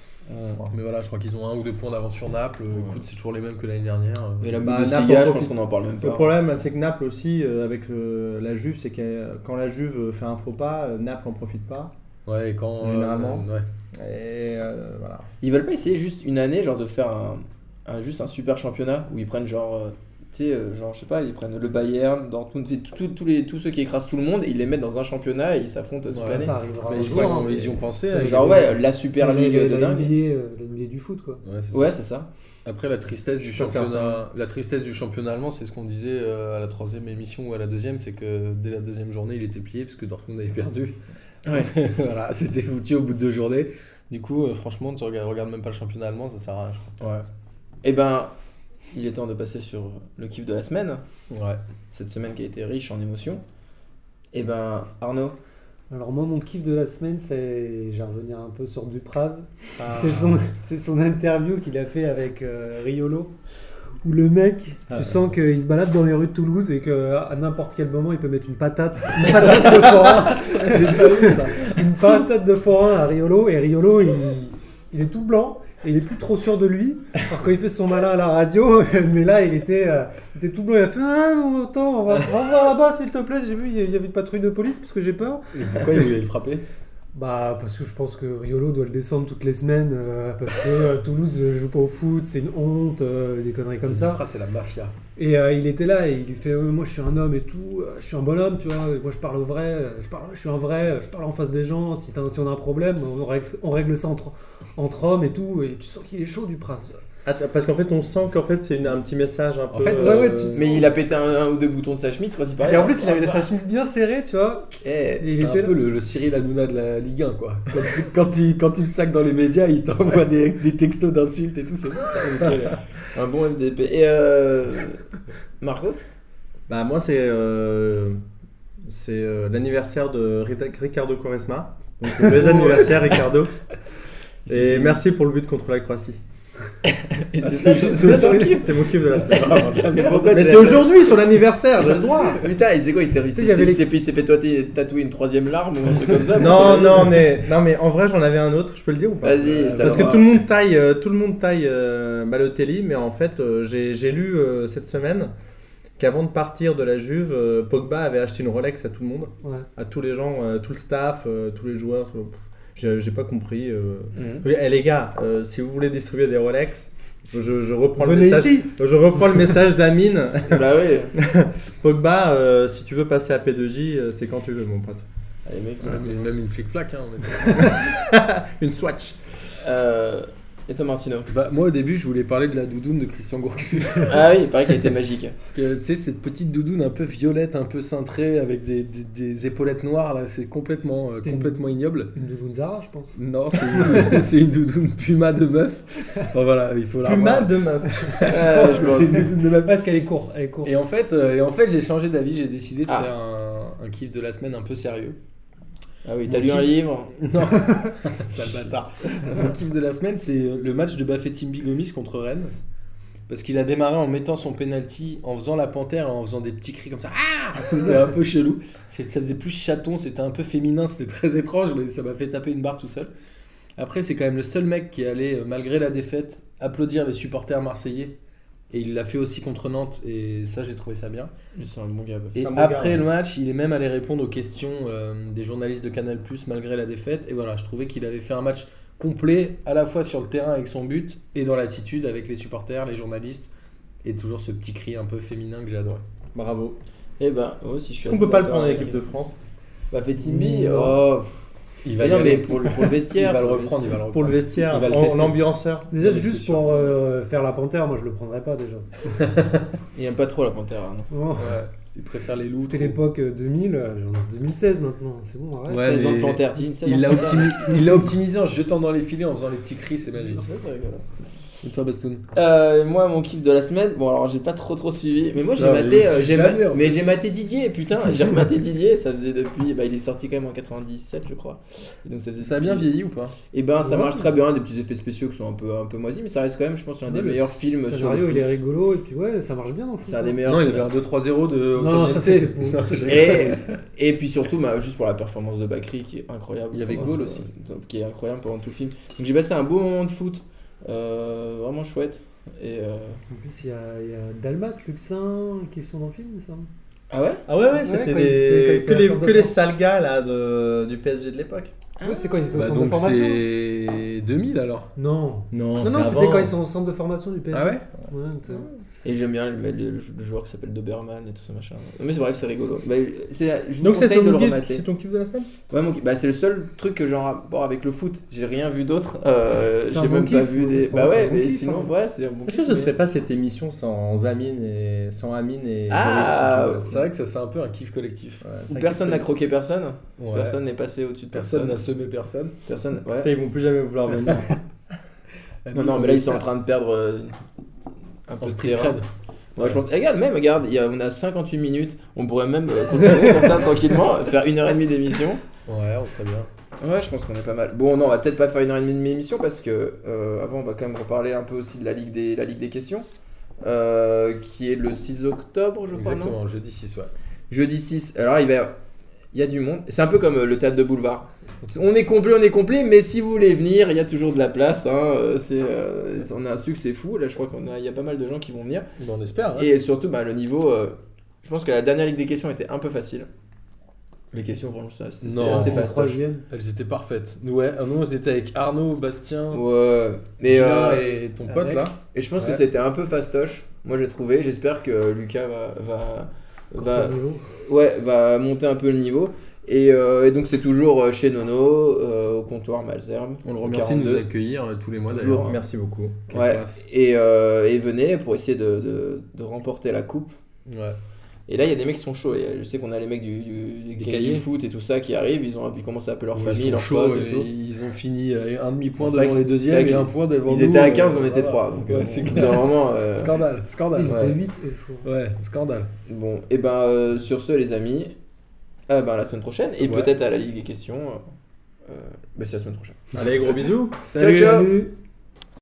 S2: Mais voilà, je crois qu'ils ont un ou deux points d'avance sur Naples. Euh,
S1: Ouais.
S2: Écoute, c'est toujours les mêmes que l'année dernière. Euh,
S1: Et la
S3: Bah,
S1: Bundesliga, je
S3: Naples, on
S1: pense
S3: profite.
S1: qu'on en parle même
S3: Le
S1: pas.
S3: problème, c'est que Naples aussi, euh, avec euh, la Juve, c'est que euh, quand la Juve fait un faux pas, euh, Naples en profite pas.
S2: Ouais, et quand. euh,
S3: Généralement.
S2: ouais.
S3: Et euh, voilà.
S1: Ils veulent pas essayer juste une année, genre de faire un, un- juste un super championnat où ils prennent genre, euh, tu sais, euh, genre je sais pas, ils prennent le Bayern, Dortmund, tu sais, tout- tout- tous les tous ceux qui écrasent tout le monde, ils les mettent dans un championnat et ils s'affrontent toute
S2: Ouais,
S1: l'année.
S4: Bah, ça arrivera.
S1: Mais
S4: un
S2: Je
S1: Ouais,
S2: crois
S4: jour, hein,
S1: c'est-
S2: qu'ils- ils y ont pensé.
S4: c'est-
S2: avec-
S1: Genre ouais, la Super
S4: c'est
S1: League
S4: la-
S1: de
S4: la
S1: dingue.
S4: NBA, euh, la NBA du foot, quoi.
S2: Ouais, c'est ça.
S1: Ouais, c'est ça.
S2: Après la tristesse du
S3: Je suis pas
S2: championnat, la tristesse du championnat allemand, c'est ce qu'on disait euh, à la troisième émission ou à la deuxième, c'est que dès la deuxième journée, il était plié parce que Dortmund avait perdu.
S1: Ouais.
S2: voilà, c'était foutu au bout de deux journées. Du coup, euh, franchement, tu regardes, regardes même pas le championnat allemand, ça sert à rien. je
S1: Ouais. Et ben, il est temps de passer sur le kiff de la semaine,
S2: crois. Ouais.
S1: cette semaine qui a été riche en émotions. Et ben, Arnaud.
S4: Alors moi, mon kiff de la semaine, c'est, je vais revenir un peu sur Dupraz.
S1: ah,
S4: C'est son, c'est son interview qu'il a fait avec euh, Riolo, où le mec,
S3: Ah,
S4: tu sens qu'il se balade dans les rues de Toulouse et qu'à n'importe quel moment, il peut mettre une patate, une patate de forain,
S2: J'ai pas vu ça.
S4: une patate de forain à Riolo, et Riolo, il, il est tout blanc. Et il est plus trop sûr de lui. Alors quand il fait son malin à la radio, mais là il était, euh, il était tout blanc. Il a fait ah non attends on va, on va voir là-bas s'il te plaît. J'ai vu il y avait une patrouille de police parce que j'ai peur.
S2: Pourquoi il voulait le frapper
S4: Bah parce que je pense que Riolo doit le descendre toutes les semaines euh, parce que euh, Toulouse euh, joue pas au foot, c'est une honte, euh, des conneries comme ça.
S2: Après, c'est la mafia.
S4: Et euh, il était là et il lui fait euh, moi je suis un homme et tout, euh, je suis un bonhomme, tu vois, et moi je parle au vrai, euh, je parle, je suis un vrai, euh, je parle en face des gens, si, t'as- si on a un problème, on règle, on règle ça entre, entre hommes et tout, et tu sens qu'il est chaud du prince.
S3: Attends, parce qu'en fait, on sent qu'en fait, c'est une- un petit message un peu. euh,
S2: En fait,
S1: ouais,
S4: tu sens-
S1: Mais il a pété un, un ou deux boutons de sa chemise quand il parlait.
S4: Et en plus il avait sa chemise bien serrée, tu vois,
S1: Eh,
S4: et il
S2: C'est un
S4: était là.
S2: peu le, le Cyril Hanouna de la Ligue 1, quoi. Quand tu, quand tu, quand tu le sacs dans les médias, il t'envoie des, des textos d'insultes et tout, c'est bon ça. ok.
S1: un bon MDP. Et euh, Marcos
S3: Bah moi c'est euh, c'est euh, l'anniversaire de Rita- Ricardo Quaresma. Donc les anniversaire Ricardo.
S1: Il s'est
S3: Et
S1: fait-
S3: merci pour le but contre la Croatie.
S1: Et c'est ça, c'est ça son kiff.
S3: C'est mon kiff de la semaine.
S1: Mais pourquoi
S3: Mais
S1: c'est-
S3: c'est aujourd'hui son anniversaire, j'ai le droit.
S1: Putain, il sait quoi Il s'est il
S4: sais, il y avait
S1: s'est-
S4: les-
S1: il s'est- il s'est fait tatouer- tatouer une troisième larme ou un truc comme ça
S3: Non non mais non mais en vrai j'en avais un autre, je peux le dire ou pas
S1: Vas-y, t'as
S3: Parce
S1: le
S3: que
S1: droit.
S3: tout le monde taille, euh, tout le monde taille euh, Balotelli, mais en fait, euh, j'ai j'ai lu euh, cette semaine qu'avant de partir de la Juve, euh, Pogba avait acheté une Rolex à tout le monde,
S4: Ouais.
S3: à tous les gens, euh, tout le staff, euh, tous les joueurs. tout le- J'ai j'ai pas compris. euh.
S1: Mhm.
S3: Oui, eh, les gars, euh, si vous voulez distribuer des Rolex, je, je reprends le
S4: Venez
S3: message.
S4: ici
S3: Je reprends le message d'Amine.
S1: Bah ouais.
S3: Pogba, euh, si tu veux passer à P2J, euh, c'est quand tu veux, mon pote.
S1: Ah, les mecs sont-
S2: Même une- même une flic-flac, hein, on est-
S3: Une Swatch.
S1: Euh, Et toi, Martino
S2: Bah, moi au début je voulais parler de la doudoune de Christian Gourcuff.
S1: Ah oui, il paraît qu'elle était magique.
S2: Euh, tu sais cette petite doudoune un peu violette, un peu cintrée avec des, des- des épaulettes noires là, c'est complètement euh,
S4: C'était une-
S2: complètement ignoble.
S4: Une doudoune Zara, je pense.
S2: Non, c'est une doudoune- c'est une doudoune puma de meuf. Enfin voilà, il faut la
S3: Plus
S2: revoir.
S3: mal de meuf.
S1: Euh,
S4: pense que
S1: bon,
S4: c'est une doudoune de ma parce qu'elle est courte, elle est courte.
S2: Et en fait, euh, et en fait j'ai changé d'avis, j'ai décidé de
S1: Ah.
S2: faire un, un kiff de la semaine un peu sérieux.
S1: Ah oui, t'as lu un livre
S2: Non, sale bâtard. Mon kiff de la semaine, c'est euh, le match de Bafetimbi Gomis contre Rennes. Parce qu'il a démarré en mettant son penalty, en faisant la panthère, et en faisant des petits cris comme ça. Ah C'était un peu chelou. C'est- Ça faisait plus chaton, c'était un peu féminin, c'était très étrange, mais ça m'a fait taper une barre tout seul. Après, c'est quand même le seul mec qui est allé, euh, malgré la défaite, applaudir les supporters marseillais. Et il l'a fait aussi contre Nantes, et ça, j'ai trouvé ça bien.
S1: C'est un bon gars.
S2: Et
S3: C'est un bon
S2: après
S3: gars, bah.
S4: hein.
S2: le match, il est même allé répondre aux questions euh, des journalistes de Canal malgré la défaite. Et voilà, je trouvais qu'il avait fait un match complet, à la fois sur le terrain avec son but et dans l'attitude avec les supporters, les journalistes. Et toujours ce petit cri un peu féminin que j'adorais.
S3: Bravo.
S1: Eh ben, moi aussi, je suis.
S3: Est-ce qu'on peut pas le prendre à l'équipe de France
S1: Bah, fait Timbi.
S2: Non.
S1: Oh,
S2: Il
S1: mais
S2: y
S1: non, mais
S2: aller.
S1: pour le, pour le
S2: Il
S1: vestiaire.
S2: va le
S1: pour
S2: reprendre, il va le reprendre.
S3: Pour le vestiaire,
S2: Il va le
S3: en-
S2: tester.
S3: l'ambianceur.
S4: Déjà,
S2: Non, mais c'est
S4: juste
S2: sûr.
S4: pour euh, faire la panthère, moi je le prendrais pas déjà.
S1: Il aime pas trop la panthère. hein, non.
S4: Non.
S2: Ouais, il préfère les loups.
S4: C'était l'époque euh, 2000, euh, j'en ai en 2016 maintenant, c'est bon, arrête.
S2: Ouais,
S1: 16 ans de
S2: mais
S1: panthère, 17 ans
S2: Il
S1: de
S2: l'a
S1: panthère.
S2: optimi- il l'a optimisé en se jetant dans les filets, en faisant les petits cris, c'est magique.
S1: En fait, ouais, voilà.
S2: Et toi, Bastoun
S1: Euh, moi, mon kiff de la semaine, bon alors j'ai pas trop trop suivi, mais moi j'ai
S2: Non, mais
S1: maté,
S2: il
S1: euh,
S2: suit
S1: j'ai
S2: jamais,
S1: ma-
S2: en
S1: mais j'ai maté Didier, putain, j'ai rematé Didier, ça faisait depuis, bah il est sorti quand même en 97 je crois, Et donc ça faisait
S2: Ça a bien
S1: depuis-
S2: vieilli ou pas
S1: Et ben ça
S4: Ouais.
S1: marche très bien, des petits effets spéciaux qui sont un peu un peu moisis, mais ça reste quand même, je pense, l'un des
S4: Ouais, le
S1: meilleurs films sur le
S4: scénario, il est
S1: foot.
S4: rigolo et puis ouais, ça marche bien dans le foot.
S1: C'est un des
S4: hein.
S1: meilleurs.
S2: Non, il
S1: films.
S2: avait un 2-3-0 de.
S4: Non,
S2: Bah,
S4: non, ça,
S2: Automaté.
S4: c'était pour-
S2: Non, je-
S1: Et, et puis surtout, bah, juste pour la performance de Bakri qui est incroyable.
S2: Il y avait
S1: Pendant
S2: Gaulle
S1: tout-
S2: aussi.
S1: euh, Qui est incroyable pendant tout le film. Donc j'ai passé un beau moment de foot, euh, vraiment chouette. Et euh,
S4: En plus, il y a, il y a Dalmat, Luxin qui sont dans le film, il me semble.
S1: Ah ouais
S3: Ah ouais, ouais,
S4: Ouais,
S3: c'était
S4: quand ils étaient- quand ils
S3: des...
S4: étaient
S3: que, les,
S4: ensemble
S3: que les
S4: devant.
S3: sales gars là, de- du PSG de l'époque.
S1: Ah. Ouais,
S4: c'est quand ils étaient au
S2: Bah,
S4: centre de
S2: donc
S4: formation
S2: c'est 2000 alors.
S4: Non.
S3: Non,
S4: Non, non, c'était quand ils sont au centre de formation du PSG.
S2: Ah ouais
S4: Ouais, t'as-
S1: Et j'aime bien le, le- le joueur qui s'appelle Doberman et tout ce machin. Non, mais c'est vrai que c'est rigolo. Bah, c'est- je vous
S3: Donc c'est
S1: conseille de le
S3: ton, kiff-
S1: remater.
S3: c'est ton kiff de la semaine
S1: Ouais, mon- bah, c'est le seul truc que j'ai en rapport avec le foot. J'ai rien vu d'autre. Euh,
S4: C'est un
S1: j'ai
S4: bon
S1: même pas
S4: kiff,
S1: vu
S4: on
S1: des.
S4: se
S1: Bah
S4: pense à un
S1: ouais,
S4: bon
S1: mais
S4: kiff,
S1: sinon,
S4: hein.
S1: ouais, c'est un bon
S3: Est-ce que
S1: kiff,
S3: ce
S1: mais-
S3: serait pas cette émission sans Amine et sans Amine et
S1: Ah,
S3: Boris,
S2: C'est vrai que ça c'est un peu un kiff collectif.
S3: surtout, ouais,
S1: Où
S3: ça
S1: personne n'a
S3: kiffe.
S1: croqué personne,
S2: Ouais.
S1: personne n'est passé au-dessus de
S2: Personne
S1: personne.
S2: n'a semé personne.
S1: Personne, ouais.
S3: Putain, Ils vont plus jamais vouloir venir.
S1: Non, non, mais là ils sont en train de perdre euh, un peu
S2: En
S1: de
S2: street
S1: terrain.
S2: cred.
S1: Ouais, je pense. Regarde, même, regarde, il y a- on a 58 minutes. On pourrait même euh, continuer comme ça tranquillement, faire une heure et demie d'émission.
S2: Ouais, on serait bien.
S1: Ouais, je pense qu'on est pas mal. Bon, non, on va peut-être pas faire une heure et demie de émission parce que euh, avant, on va quand même reparler un peu aussi de la Ligue des, la Ligue des questions, euh, qui est le 6 octobre, je crois, non
S2: Exactement, jeudi 6, ouais.
S1: Jeudi 6. Alors, il, va... il y a du monde. C'est un peu comme euh, le théâtre de boulevard. On est complet, on est complet, mais si vous voulez venir, il y a toujours de la place. hein, euh, c'est, euh, on a un succès fou. Là, je crois qu'on a, il y a pas mal de gens qui vont venir.
S2: Bah, on espère. hein.
S1: Et surtout, bah, le niveau. euh, je pense que la dernière Ligue des questions était un peu facile. Les questions, franchement, ça, c'était
S2: Non,
S1: assez
S2: on
S1: fastoche.
S4: troisième.
S2: Elles étaient parfaites. Nous, ouais, euh, nous, on était avec Arnaud, Bastien,
S1: Ouais, mais,
S2: Gilard
S1: euh,
S2: et ton pote
S4: Alex.
S2: là.
S1: et je pense que
S2: Ouais.
S1: c'était un peu fastoche. Moi, j'ai trouvé. J'espère que Lucas va, va,
S4: Quand
S2: Bah,
S1: va-
S4: ça niveau.
S1: ouais, va monter un peu le niveau. Et, euh, et donc, c'est toujours euh, chez Nono, euh, au comptoir Malzerbe.
S2: On le
S1: au
S2: remercie de nous
S1: 42.
S2: accueillir euh, tous les mois
S1: Toujours.
S2: d'ailleurs.
S3: Merci beaucoup.
S2: Quelle
S1: Ouais.
S2: classe.
S1: Et, euh, et venez pour essayer de, de- de remporter la coupe.
S2: Ouais.
S1: Et là, il y a des mecs qui sont chauds. Il y a- Je sais qu'on a les mecs du, du, du-
S2: Des
S1: du
S2: cahiers.
S1: foot et tout ça qui arrivent. Ils, ont, ils commencent à appeler leur
S2: Ils
S1: famille,
S2: sont
S1: leurs
S2: chauds
S1: potes et
S2: et
S1: tout.
S2: Ils ont fini à un demi-point
S1: C'est vrai
S2: devant les
S1: qu'ils- c'est
S2: deuxièmes
S1: vrai
S2: et un
S1: qu'ils-
S2: point devant
S1: Ils
S2: nous.
S1: étaient à
S2: euh,
S1: 15, on était
S2: voilà.
S1: 3. Donc,
S2: Ouais,
S1: euh,
S2: c'est
S1: au bout
S2: clair.
S1: d'un moment, euh,
S2: Scandale, scandale.
S4: Ils étaient
S1: Ouais.
S4: 8 et chaud.
S2: Ouais, scandale.
S1: Bon, et ben euh, sur ce, les amis, à ben, la semaine prochaine, et
S2: Ouais.
S1: peut-être à la Ligue des questions. euh, euh, ben, c'est la semaine prochaine.
S3: Allez, gros bisous.
S1: Ciao, ciao.
S4: Salut.